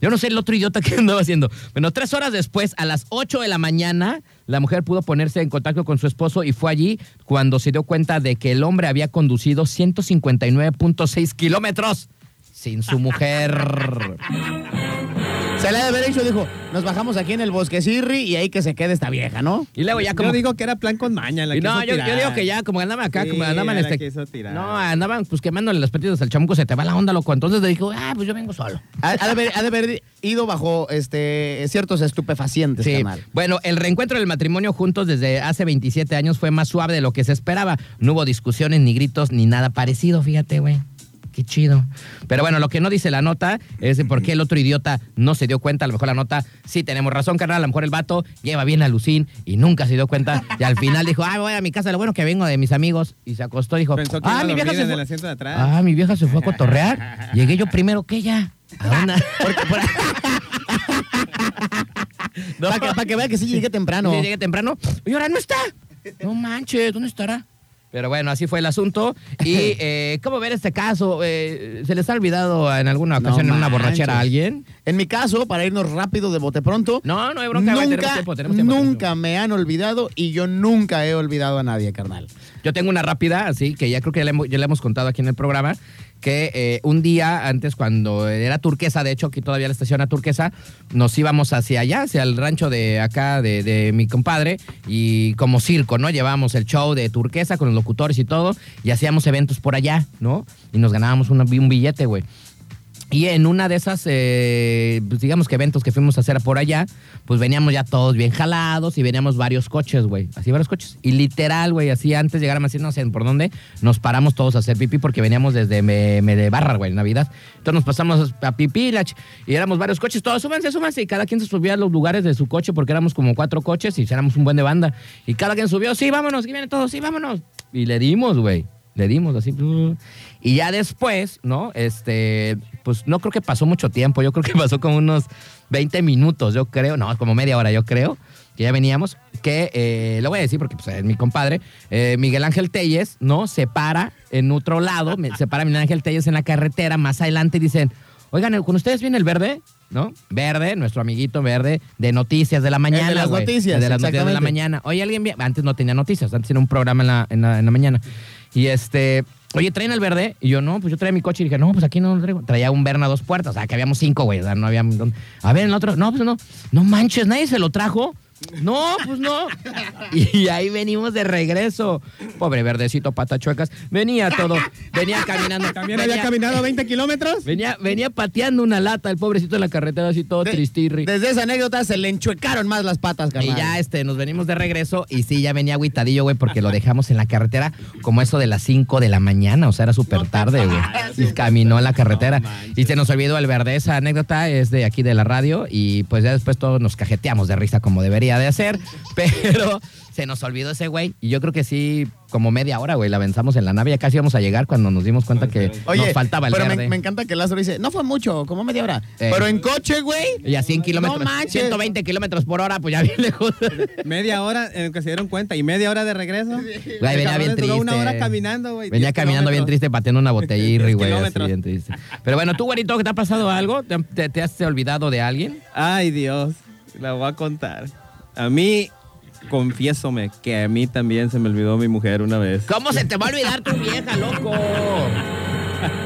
B: Yo no sé el otro idiota que andaba haciendo. Bueno, tres horas después, a las 8 de la mañana, la mujer pudo ponerse en contacto con su esposo y fue allí cuando se dio cuenta de que el hombre había conducido 159.6 kilómetros sin su mujer.
A: Se le ha de haber hecho, dijo, nos bajamos aquí en el bosque Sirri y ahí que se quede esta vieja, ¿no?
B: Y luego ya como...
C: Yo digo que era plan con maña. La
B: Y no,
C: quiso
B: yo, yo
C: tirar.
B: digo que ya, como andaban acá,
C: Sí,
B: como andaban
C: ya la
B: este...
C: quiso tirar.
B: No, andaban pues quemándole las petitas al chamuco, se te va la onda, loco. Entonces le dijo, ah, pues yo vengo solo.
A: Ha, ha de, haber, ha de haber ido bajo este, ciertos estupefacientes,
B: Sí.
A: carnal.
B: Bueno, el reencuentro del matrimonio juntos desde hace 27 años fue más suave de lo que se esperaba. No hubo discusiones, ni gritos, ni nada parecido, fíjate, güey. Qué chido. Pero bueno, lo que no dice la nota es de por qué el otro idiota no se dio cuenta. A lo mejor la nota, sí tenemos razón, carnal. A lo mejor el vato lleva bien a Lucín y nunca se dio cuenta. Y al final dijo, ah, voy a mi casa, lo bueno que vengo de mis amigos. Y se acostó y dijo,
C: Pensó que
B: ah,
C: iba
B: mi vieja se
C: dormida en el
B: fue.
C: asiento de atrás.
B: Ah, mi vieja se fue a cotorrear. Llegué yo primero que ella. ¿A dónde?
A: Para que, pa' que vea que sí llegué temprano.
B: Sí, llegué temprano. Y ahora no está. ah, No manches, ¿dónde estará? Pero bueno, así fue el asunto. ¿Y eh, cómo ver este caso? Eh, ¿Se les ha olvidado en alguna
A: No
B: ocasión en una
A: manches.
B: borrachera a alguien?
A: En mi caso, para irnos rápido de bote pronto,
B: No, no hay bronca. güey,
A: nunca,
B: tenemos tiempo, tenemos tiempo, tenemos
A: nunca me han olvidado y yo nunca he olvidado a nadie, carnal.
B: tiempo. Yo tengo una rápida, así que ya creo que ya le hemos, ya le hemos contado aquí en el programa, que eh, un día antes, cuando era turquesa, de hecho, aquí todavía la estación era turquesa, nos íbamos hacia allá, hacia el rancho de acá de, de mi compadre, y como circo, ¿no? Llevábamos el show de turquesa con los locutores y todo, y hacíamos eventos por allá, ¿no? Y nos ganábamos una- un billete, güey. Y en una de esas, eh, pues, digamos que eventos que fuimos a hacer por allá, pues veníamos ya todos bien jalados y veníamos varios coches, güey. Así varios coches. Y literal, güey, así antes de llegar a Maciel, no sé por dónde, nos paramos todos a hacer pipí porque veníamos desde me, me de barra, güey, en Navidad. Entonces nos pasamos a pipí la ch- y éramos varios coches, todos súbanse, súbanse. Y cada quien se subía a los lugares de su coche porque éramos como cuatro coches y éramos un buen de banda. Y cada quien subió, sí, vámonos, aquí vienen todos, sí, vámonos. Y le dimos, güey. Le dimos así. blu. Y ya después, ¿no? Este, pues no creo que pasó mucho tiempo. Yo creo que pasó como unos 20 minutos, yo creo. No, como media hora, yo creo. Que ya veníamos. Que eh, lo voy a decir porque pues, es mi compadre. eh, Miguel Ángel Telles, ¿no? Se para en otro lado. me- Se para Miguel Ángel Telles en la carretera. Más adelante y dicen, oigan, ¿el- ¿con ustedes viene el verde? ¿No? Verde, nuestro amiguito verde de Noticias de la Mañana.
A: las
B: güey.
A: noticias,
B: El de las Noticias de la
A: exactamente.
B: Mañana mañana. Oye, alguien vi- Antes no tenía noticias, antes era un programa en la, en la- en la mañana. Y este. Oye, ¿traen el verde? Y yo, no, pues yo traía mi coche. Y dije, no, pues aquí no lo traigo. Traía un Berna a dos puertas. O sea, que habíamos cinco, güey. o sea, no había. dónde- A ver, en el otro. No, pues no. No manches, nadie se lo trajo. No, pues no. Y ahí venimos de regreso. Pobre verdecito, patachuecas. Venía todo. Venía caminando.
C: También
B: venía,
C: había caminado 20 kilómetros.
B: venía, venía pateando una lata, el pobrecito en la carretera, así todo
A: De-
B: tristirri.
A: Desde esa anécdota se le enchuecaron más las patas,
B: Y
A: carnal.
B: ya este, nos venimos de regreso y sí, ya venía agüitadillo, güey, porque lo dejamos en la carretera como eso de las 5 de la mañana, o sea, era súper tarde, güey. Y caminó en la carretera. y se nos olvidó el verde. Esa anécdota es de aquí de la radio y pues ya después todos nos cajeteamos de risa como debería de hacer, pero se nos olvidó ese güey y yo creo que sí, como media hora, güey, la avanzamos en la nave, ya casi íbamos a llegar cuando nos dimos cuenta que nos faltaba el
A: pero
B: verde.
A: Me, me encanta que Lázaro dice, no fue mucho, como media hora.
B: Eh.
A: Pero en coche, güey.
B: y a 100 kilómetros,
A: No manches.
B: 120 kilómetros por hora, pues ya bien lejos.
C: Media hora en que se dieron cuenta y media hora de regreso.
B: Güey, venía bien triste.
C: Duró una hora caminando, güey.
B: Venía
C: 10
B: caminando bien
C: kilómetros.
B: triste, pateando una botella y güey,
C: Diez
B: así
C: kilómetros.
B: bien triste. Pero bueno, tú, güerito, ¿qué te ha pasado algo? ¿Te, te- te has olvidado de alguien?
C: Ay, Dios. La voy a contar. A mí, confiésome que a mí también se me olvidó mi mujer una vez.
B: ¿Cómo se te va a olvidar tu vieja, loco?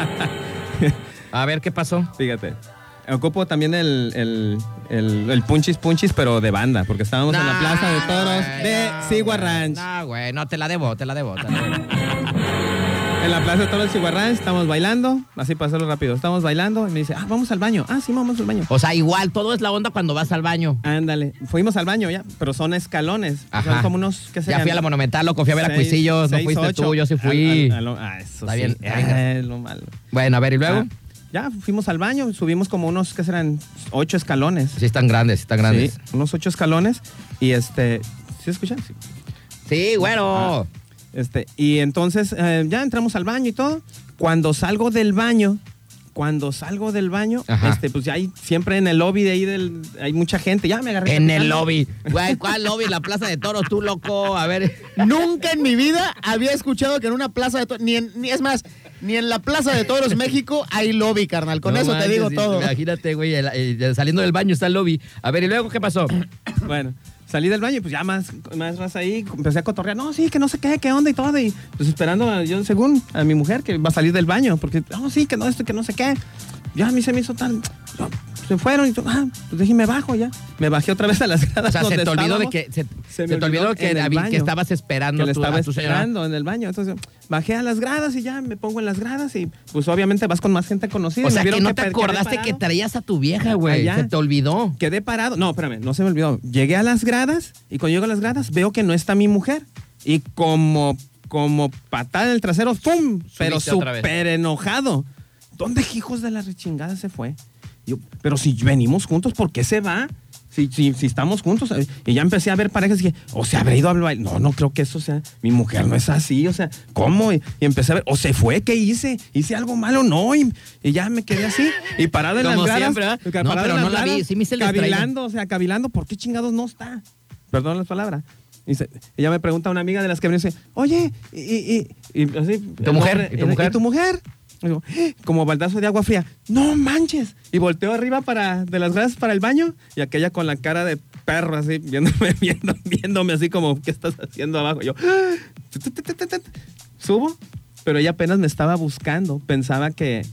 B: A ver, ¿qué pasó?
C: Fíjate. Ocupo también el, el, el, el punchis punchis, pero de banda, porque estábamos en la plaza de toros de Sigua Ranch.
B: No, güey, no, te la debo, te la debo. te la debo.
C: En la plaza de toros de Sigua Ranch estamos bailando, así para hacerlo rápido. Estamos bailando y me dice, ah, vamos al baño. Ah, sí, vamos al baño.
B: O sea, igual, todo es la onda cuando vas al baño.
C: Ándale, fuimos al baño ya, pero son escalones.
B: Ajá.
C: Son como unos, ¿qué
B: Ya
C: serán?
B: fui a la Monumental, loco, fui a ver a
C: Seis-
B: Cuisillos, no
C: seis,
B: fuiste
C: ocho.
B: tú, yo sí
C: Al-
B: fui.
C: al- al- ah, eso
B: Está
C: sí.
B: bien, venga.
C: Ah, es lo malo.
B: Bueno, a ver, ¿y luego?
C: Ah, ya, fuimos al baño, subimos como unos, ¿qué serán? Ocho escalones.
B: Sí, están grandes, sí están grandes.
C: Sí, unos ocho escalones. Y este, ¿sí escuchan? Sí.
B: Sí, güero.
C: Este, y entonces eh, ya entramos al baño y todo. Cuando salgo del baño, cuando salgo del baño,
B: Ajá.
C: este, pues ya hay siempre en el lobby de ahí del, hay mucha gente. Ya me agarré.
B: En el
C: platicando.
B: lobby. Güey, ¿cuál lobby? La plaza de toros, tú loco. A ver.
A: Nunca en mi vida había escuchado que en una plaza de toros, ni, en- ni- es más, ni en la plaza de toros México hay lobby, carnal. Con
B: No
A: eso te
B: manches,
A: digo
B: sí,
A: todo.
B: Imagínate, güey, el- el- saliendo del baño está el lobby. A ver, ¿y luego qué pasó?
C: Bueno, salí del baño y pues ya más, más raza ahí, empecé a cotorrear, no, sí, que no sé qué, qué onda y todo, y pues esperando a- yo según a mi mujer que va a salir del baño, porque, no, sí, que no, esto, que no sé qué. Ya a mí se me hizo tal, yo- se fueron y yo, ah, pues déjeme bajo ya. Me bajé otra vez a las gradas
B: O sea, se
C: donde
B: te olvidó de
C: estábamos.
B: que se,
C: Se me
B: se te olvidó
C: olvidó
B: que,
C: en el
B: habi- que
C: baño.
B: estabas esperando
C: que le
B: tu-
C: estaba
B: a tu señora.
C: esperando en el baño. Entonces bajé a las gradas y ya me pongo en las gradas y pues obviamente vas con más gente conocida.
B: O
C: y me
B: sea, que
C: vieron
B: no te
C: pe- quedé
B: acordaste que
C: parado.
B: traías a tu vieja, güey.
C: Allá.
B: Se te olvidó.
C: Quedé parado. No, espérame, no se me olvidó. Llegué a las gradas y cuando llego a las gradas veo que no está mi mujer. Y como, como patada en el trasero, ¡pum! Pero
B: otra vez.
C: súper enojado. ¿Dónde hijos de la rechingada se fue? Yo, pero si venimos juntos, ¿por qué se va? Si, si, si estamos juntos. Y ya empecé a ver parejas y dije, o se habrá ido a bailar. No, no creo que eso sea. Mi mujer no es así. O sea, ¿cómo? Y, y empecé a ver, o se fue, ¿qué hice? ¿Hice algo malo? No. Y, y ya me quedé así. Y parado en
B: Como
C: las gradas.
B: siempre, ¿verdad?
C: ca-
B: No,
C: parado
B: pero
C: en
B: no
C: las
B: la vi,
C: gradas,
B: sí me hice el distraído.
C: Cavilando, o sea, cavilando, ¿por qué chingados no está? Perdón las palabras. Y se- ella me pregunta a una amiga de las que venía y dice, oye, y, y, y- y así,
B: mujer?
C: el nombre, eh,
B: ¿Y tu mujer?
C: tu mujer? Y digo, "Eh", como baldazo de agua fría, no manches. Y volteo arriba para, de las gradas para el baño y aquella con la cara de perro así, viéndome, viendo- viéndome así como, ¿qué estás haciendo abajo? Y yo, "Ah". Tut, tut, tut, tut, tut. subo, pero ella apenas me estaba buscando, pensaba que,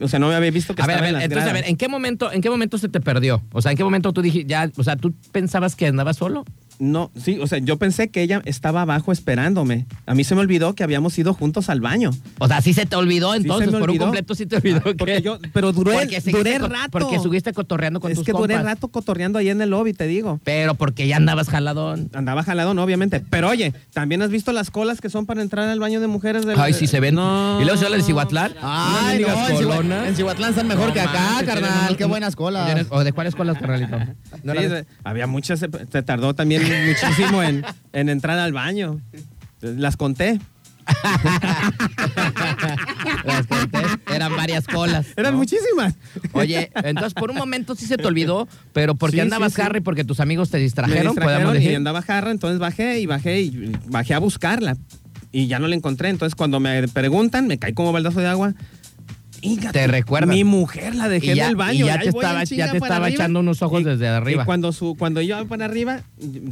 C: o sea, no me había visto que
B: A ver, a
C: estaba
B: ver,
C: en las
B: entonces, a
C: gradas.
B: ver, ¿en qué momento, en qué momento se te perdió? O sea, ¿en qué momento tú dijiste, ya, o sea, tú pensabas que andabas solo?
C: No, sí, o sea, yo pensé que ella estaba abajo esperándome. A mí se me olvidó que habíamos ido juntos al baño.
B: O sea, sí se te olvidó
C: Sí,
B: entonces,
C: se me
B: por un
C: olvidó.
B: completo sí te olvidó.
C: Ah, porque
B: que-
C: yo- pero duré-
B: seguiste
C: duré
B: co-
C: rato.
B: Porque subiste cotorreando con
C: es
B: tus
C: que duré
B: compas.
C: rato cotorreando ahí en el lobby, te digo.
B: Pero porque ya andabas jaladón.
C: Andaba jalado, no, obviamente. Pero oye, también has visto las colas que son para entrar al baño de mujeres. del-
B: Ay, sí se ven.
C: No.
B: Y luego se habla de Cihuatlán.
A: Ay, no, en, Cihuat- en Cihuatlán están mejor
B: No
A: que acá,
B: manches,
A: carnal.
B: tienen un-
A: Qué buenas colas.
B: ¿O de cuáles colas, carnalito? No
C: Sí,
B: las-
C: de- había muchas, se, se tardó también muchísimo en, en entrar al baño. Las conté.
B: las conté. Eran varias colas.
C: Eran
B: ¿no?
C: muchísimas.
B: Oye, entonces por un momento sí se te olvidó, pero porque
C: Sí,
B: andabas
C: sí, sí.
B: Harry, porque tus amigos te distrajeron,
C: me distrajeron
B: podemos
C: y
B: decir.
C: andaba jarra, entonces bajé y bajé y bajé a buscarla y ya no la encontré. Entonces cuando me preguntan, me caí como baldazo de agua. Hígate,
B: Te recuerdan.
C: Mi mujer la dejé
B: Y ya-
C: en el baño.
B: y ya
C: ahí
B: te
C: voy en
B: estaba-
C: chinga
B: ya te
C: para
B: estaba
C: arriba.
B: echando unos ojos desde arriba.
C: Y cuando su cuando yo iba para arriba,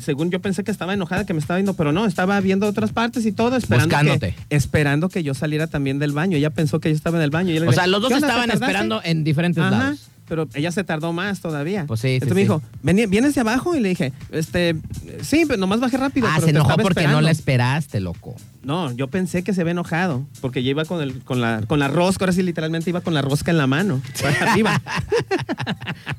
C: según yo pensé que estaba enojada, que me estaba viendo, pero no, estaba viendo otras partes y todo, esperando
B: Buscándote.
C: que, esperando que yo saliera también del baño. Ella pensó que yo estaba en el baño. y yo le
B: O
C: dije,
B: sea, los dos
C: "¿Qué onda, te
B: estaban
C: tardaste?"
B: esperando en diferentes
C: Ajá,
B: lados.
C: Pero ella se tardó más todavía.
B: Pues sí, sí,
C: Entonces me
B: sí.
C: dijo, "Vení- ¿vienes de abajo? Y le dije, este, sí, pero nomás bajé rápido.
B: Ah,
C: pero
B: se
C: te
B: enojó
C: estaba
B: porque no
C: esperando".
B: la esperaste, loco.
C: No, yo pensé que se había enojado, porque yo iba con, el, con, la, con la rosca, ahora sí literalmente iba con la rosca en la mano, para arriba.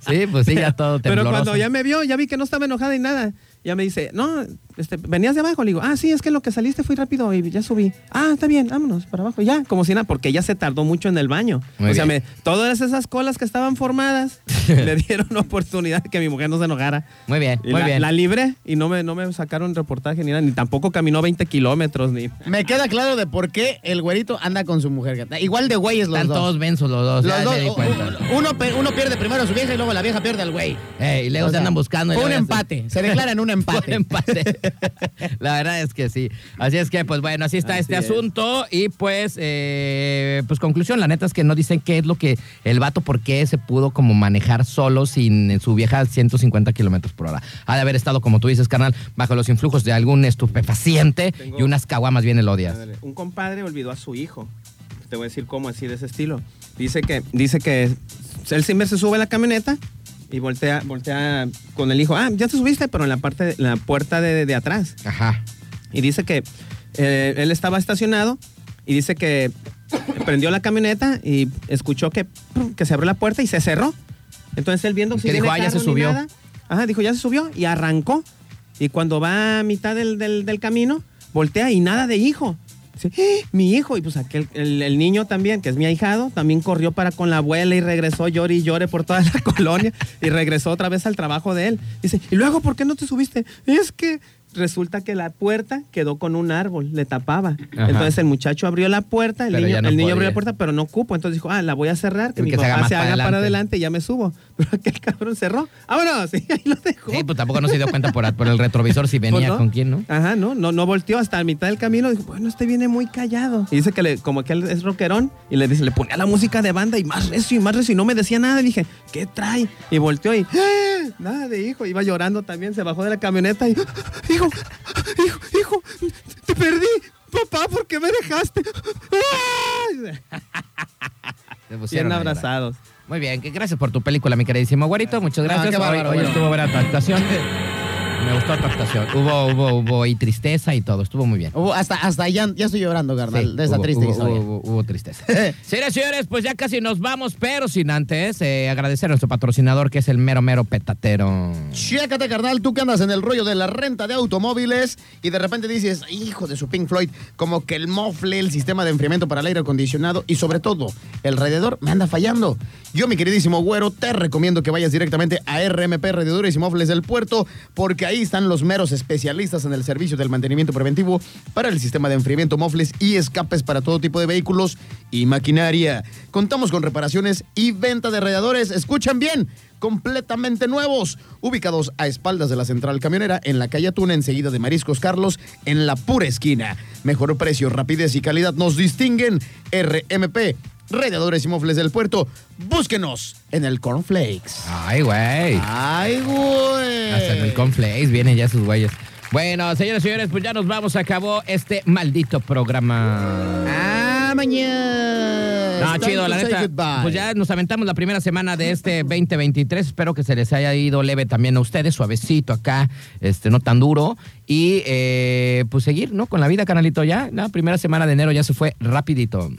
B: Sí, pues sí, ya todo
C: Pero
B: tembloroso.
C: cuando ya me vio, ya vi que no estaba enojada y nada. Ya me dice, no, este, venías de abajo. Le digo, ah, sí, es que en lo que saliste fui rápido y ya subí. Ah, está bien, vámonos para abajo. Ya, como si nada, porque ella se tardó mucho en el baño.
B: Muy
C: o sea,
B: bien.
C: me- todas esas colas que estaban formadas le dieron oportunidad que mi mujer no se enojara.
B: Muy bien,
C: Y
B: muy
C: la,
B: bien.
C: la libré y no me, no me sacaron reportaje ni nada, ni tampoco caminó 20 kilómetros. Ni...
A: Me queda claro de por qué el güerito anda con su mujer. carnal. Igual de güeyes los
B: Están
A: dos.
B: todos mensos los dos,
A: Los
B: ya
A: dos, Oh,
B: me di
A: u-
B: cuenta.
A: u- uno, pe- uno pierde primero a su vieja y luego la vieja pierde al güey.
B: Ey, y luego
A: O
B: se
A: sea,
B: andan buscando. y
A: fue un
B: luego ya se-
A: empate, se declara en un empate.
B: Fue un empate. La verdad es que sí. Así es que, pues bueno, así está
C: Así
B: este
C: es.
B: asunto. Y pues, eh, pues conclusión, la neta es que no dicen qué es lo que el vato, por qué se pudo como manejar solo sin su vieja a 150 kilómetros por hora. Ha de haber estado, como tú dices, carnal, bajo los influjos de algún estupefaciente
C: Tengo-
B: y unas caguamas bien elodias.
C: Ándale. Un compadre olvidó a su hijo. Te voy a decir cómo así de ese estilo. Dice que, dice que él siempre se sube a la camioneta y voltea, voltea con el hijo. Ah, ya te subiste, pero en la parte, de- la puerta de, de atrás.
B: Ajá.
C: Y dice que eh, él estaba estacionado y dice que prendió la camioneta y escuchó que, prum, que se abrió la puerta y se cerró. Entonces él viendo
B: Que
C: si viene
B: dijo, "Ah, ya
C: carro
B: se
C: ni
B: subió".
C: nada. Ajá, dijo, ya se subió y arrancó. Y cuando va a mitad del, del- del camino, voltea y nada de hijo. Dice, "Eh, mi hijo. Y pues aquel, el, el niño también, que es mi ahijado, también corrió para con la abuela y regresó llore y llore por toda la colonia y regresó otra vez al trabajo de él. Dice, ¿y luego por qué no te subiste? Es que resulta que la puerta quedó con un árbol, le tapaba.
B: Ajá.
C: Entonces el muchacho abrió la puerta, el,
B: Pero
C: niño,
B: ya no
C: el niño abrió
B: podía.
C: la puerta, pero no cupo. Entonces dijo, ah, la voy a cerrar, que
B: Y
C: mi
B: que se haga
C: papá
B: más
C: se haga,
B: para
C: para
B: adelante.
C: adelante y ya me subo. Pero aquel cabrón cerró. ¡Vámonos! Y ahí lo dejó.
B: Sí, pues tampoco no se dio cuenta por, por el retrovisor si venía
C: Pues no.
B: con quién, ¿no?
C: Ajá, no, no, no volteó hasta la mitad del camino. Dijo, bueno, este viene muy callado. Y dice que le, como que él es rockerón y le dice, le ponía la música de banda y más recio y más recio y no me decía nada. Dije, ¿qué trae? Y volteó y "Ah", nada de hijo. Iba llorando también, se bajó de la camioneta y "Ah, hijo, hijo, hijo, te perdí, papá, ¿por qué me dejaste? ¡Ah!"
B: Se pusieron
C: Bien
B: a llorar.
C: abrazados.
B: Muy bien, que gracias por tu película, mi queridísimo Guarito. Muchas
A: Ah,
B: gracias.
A: qué
B: hoy,
A: bárbaro,
B: hoy
A: bueno.
B: estuvo buena tu actuación. Me gustó tu actuación. Hubo, hubo, hubo y tristeza y todo. Estuvo muy bien.
A: Hubo- hasta, hasta ya, ya estoy llorando, carnal,
B: Sí,
A: de esa
B: hubo-
A: triste
B: hubo-
A: historia.
B: Hubo, hubo tristeza. Señoras y señores, pues ya casi nos vamos, pero sin antes eh, agradecer a nuestro patrocinador que es el mero, mero petatero.
A: Chécate, carnal, tú que andas en el rollo de la renta de automóviles y de repente dices, hijo de su Pink Floyd, como que el mofle, el sistema de enfriamiento para el aire acondicionado y sobre todo el radiador me anda fallando. Yo, mi queridísimo güero, te recomiendo que vayas directamente a RMP Radiadores y Mofles del Puerto porque ahí están los meros especialistas en el servicio del mantenimiento preventivo para el sistema de enfriamiento, mofles y escapes para todo tipo de vehículos y maquinaria. Contamos con reparaciones y venta de radiadores. Escuchan bien completamente nuevos, ubicados a espaldas de la central camionera en la calle Atuna, enseguida de Mariscos Carlos, en la pura esquina. Mejor precio, rapidez y calidad nos distinguen. RMP, Radiadores y Mofles del Puerto, búsquenos en el Cornflakes.
B: Ay, güey.
A: ¡Ay, güey!
B: Hasta en el conflace vienen ya sus güeyes. Bueno, señores y señores, pues ya nos vamos. Acabó este maldito programa.
A: ¡Ah, mañana!
B: No,
A: It's time
B: chido,
A: to
B: la
A: say
B: neta.
A: goodbye.
B: Pues ya nos aventamos la primera semana de este 2023. Espero que se les haya ido leve también a ustedes, suavecito acá, este, no tan duro. Y eh, pues seguir, ¿no? Con la vida, canalito, ya. La primera semana de enero ya se fue rapidito.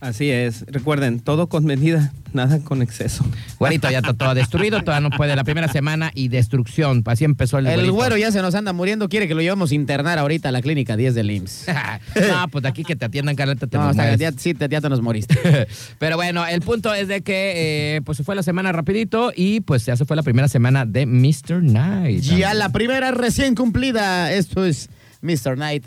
C: Así es. Recuerden, todo con medida, nada con exceso.
B: Güerito ya está todo destruido, todavía no puede. La primera semana y destrucción. Así empezó el
A: El
B: güerito.
A: güero ya se nos anda muriendo, quiere que lo llevemos a internar ahorita a la clínica 10 del IMSS.
B: no, pues de aquí que te atiendan, canalito, te
A: No,
B: nos
A: o sea,
B: mueres.
A: ya, sí, te- ya te nos moriste.
B: Pero bueno, el punto es de que eh, pues se fue la semana rapidito y pues ya se fue la primera semana de Mr. Night.
A: Ya la primera recién cumplida. Esto es Mr. Night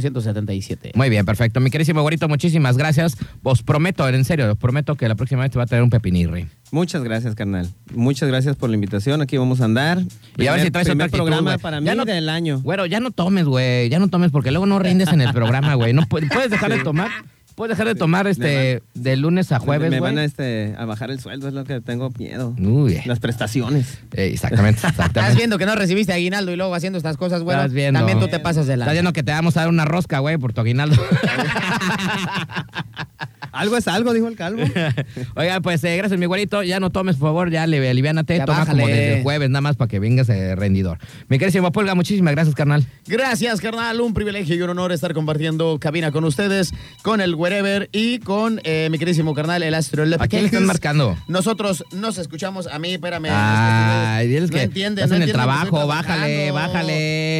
A: 3477.
B: Muy bien, perfecto. Mi querísimo güerito, muchísimas gracias. Os prometo, en serio, os prometo que la próxima vez te va a traer un pepinirri.
C: Muchas gracias, carnal. Muchas gracias por la invitación. Aquí vamos a andar.
B: Y a ver
C: Primer-
B: si traes
C: primer
B: otra actitud,
C: programa
B: güey.
C: para
B: Ya
C: mí
B: no-
C: del año.
B: Güero, ya no tomes, güey. Ya no tomes porque luego no rindes en el programa, güey. No, pu- puedes dejar de tomar. Puedes dejar de tomar este de lunes a jueves,
C: Me
B: güey.
C: van a, este, a bajar el sueldo, es lo que tengo miedo.
B: Uy, eh,
C: Las prestaciones.
B: exactamente,
A: Estás
B: exactamente.
A: viendo que no recibiste aguinaldo y luego haciendo estas cosas, güey.
B: Estás viendo.
A: También tú te pasas de la.
B: Estás viendo que te vamos a dar una rosca, güey, por tu aguinaldo.
C: Algo es algo, dijo el calvo.
B: Oiga, pues eh, gracias, mi güerito. Ya no tomes, por favor, ya le aliviánate.
A: Ya
B: Toma como
A: bájale.
B: desde el jueves, nada más para que vengas eh, rendidor. Mi querísimo Pulga, muchísimas gracias, carnal.
A: Gracias, carnal. Un privilegio y un honor estar compartiendo cabina con ustedes, con el Wherever y con eh, mi queridísimo carnal, el Astro
B: ¿A quién le están marcando?
A: Nosotros nos escuchamos. A mí, espérame.
B: Ay, diles
A: no
B: que
A: entienden,
B: estás
A: no
B: en el
A: entienden que
B: trabajo,
A: estoy
B: bájale,
A: trabajando.
B: bájale.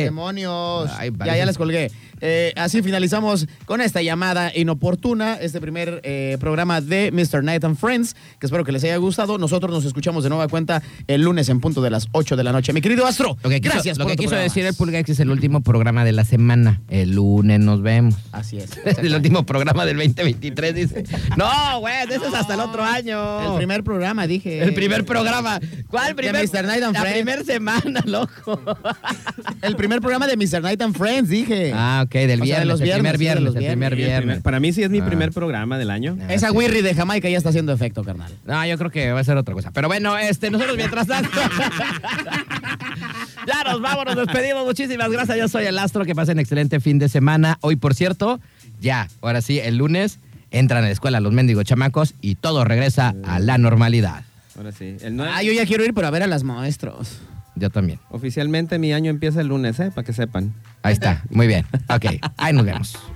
A: Demonios.
B: Ay,
A: ya,
B: parece-
A: ya les colgué. Eh, así finalizamos con esta llamada inoportuna, este primer eh, programa de Mr. Night and Friends, que espero que les haya gustado. Nosotros nos escuchamos de nueva cuenta el lunes en punto de las 8 de la noche. Mi querido Astro,
B: Lo que quiso,
A: gracias
B: lo
A: por
B: que
A: tu
B: quiso
A: programa.
B: decir el Pulga es que es el último programa de la semana. El lunes nos vemos.
A: Así es.
B: el último programa del 2023, dice. No, güey, ese es hasta el otro año.
A: El primer programa, dije.
B: El primer programa. ¿Cuál
A: De
B: primer?
A: Mr. Night and
B: la
A: Friends.
B: primera semana, loco.
A: El primer programa de Mr. Night and Friends, dije.
B: Ah, ok, del
A: O sea, de
B: viernes,
A: los
B: el primer
A: viernes, sí, de
B: viernes,
A: los
B: el primer
A: viernes.
C: El
B: viernes.
C: primer- para mí sí es mi
B: Ah.
C: primer programa del año.
A: Esa Wirry de Jamaica ya está haciendo efecto, carnal.
B: No, yo creo que va a ser otra cosa. Pero bueno, este, nosotros mientras tanto. ya nos vamos, nos despedimos. Muchísimas gracias. Yo soy el Astro. Que pasen excelente fin de semana. Hoy, por cierto, ya, ahora sí, el lunes entran a la escuela los mendigos chamacos y todo regresa a la normalidad.
C: Ahora sí. El nueve-
A: Ah, yo ya quiero ir, pero a ver a las maestros.
B: Yo también.
C: Oficialmente mi año empieza el lunes, ¿eh? Para que sepan.
B: Ahí está. Muy bien. Ok. Ahí nos vemos.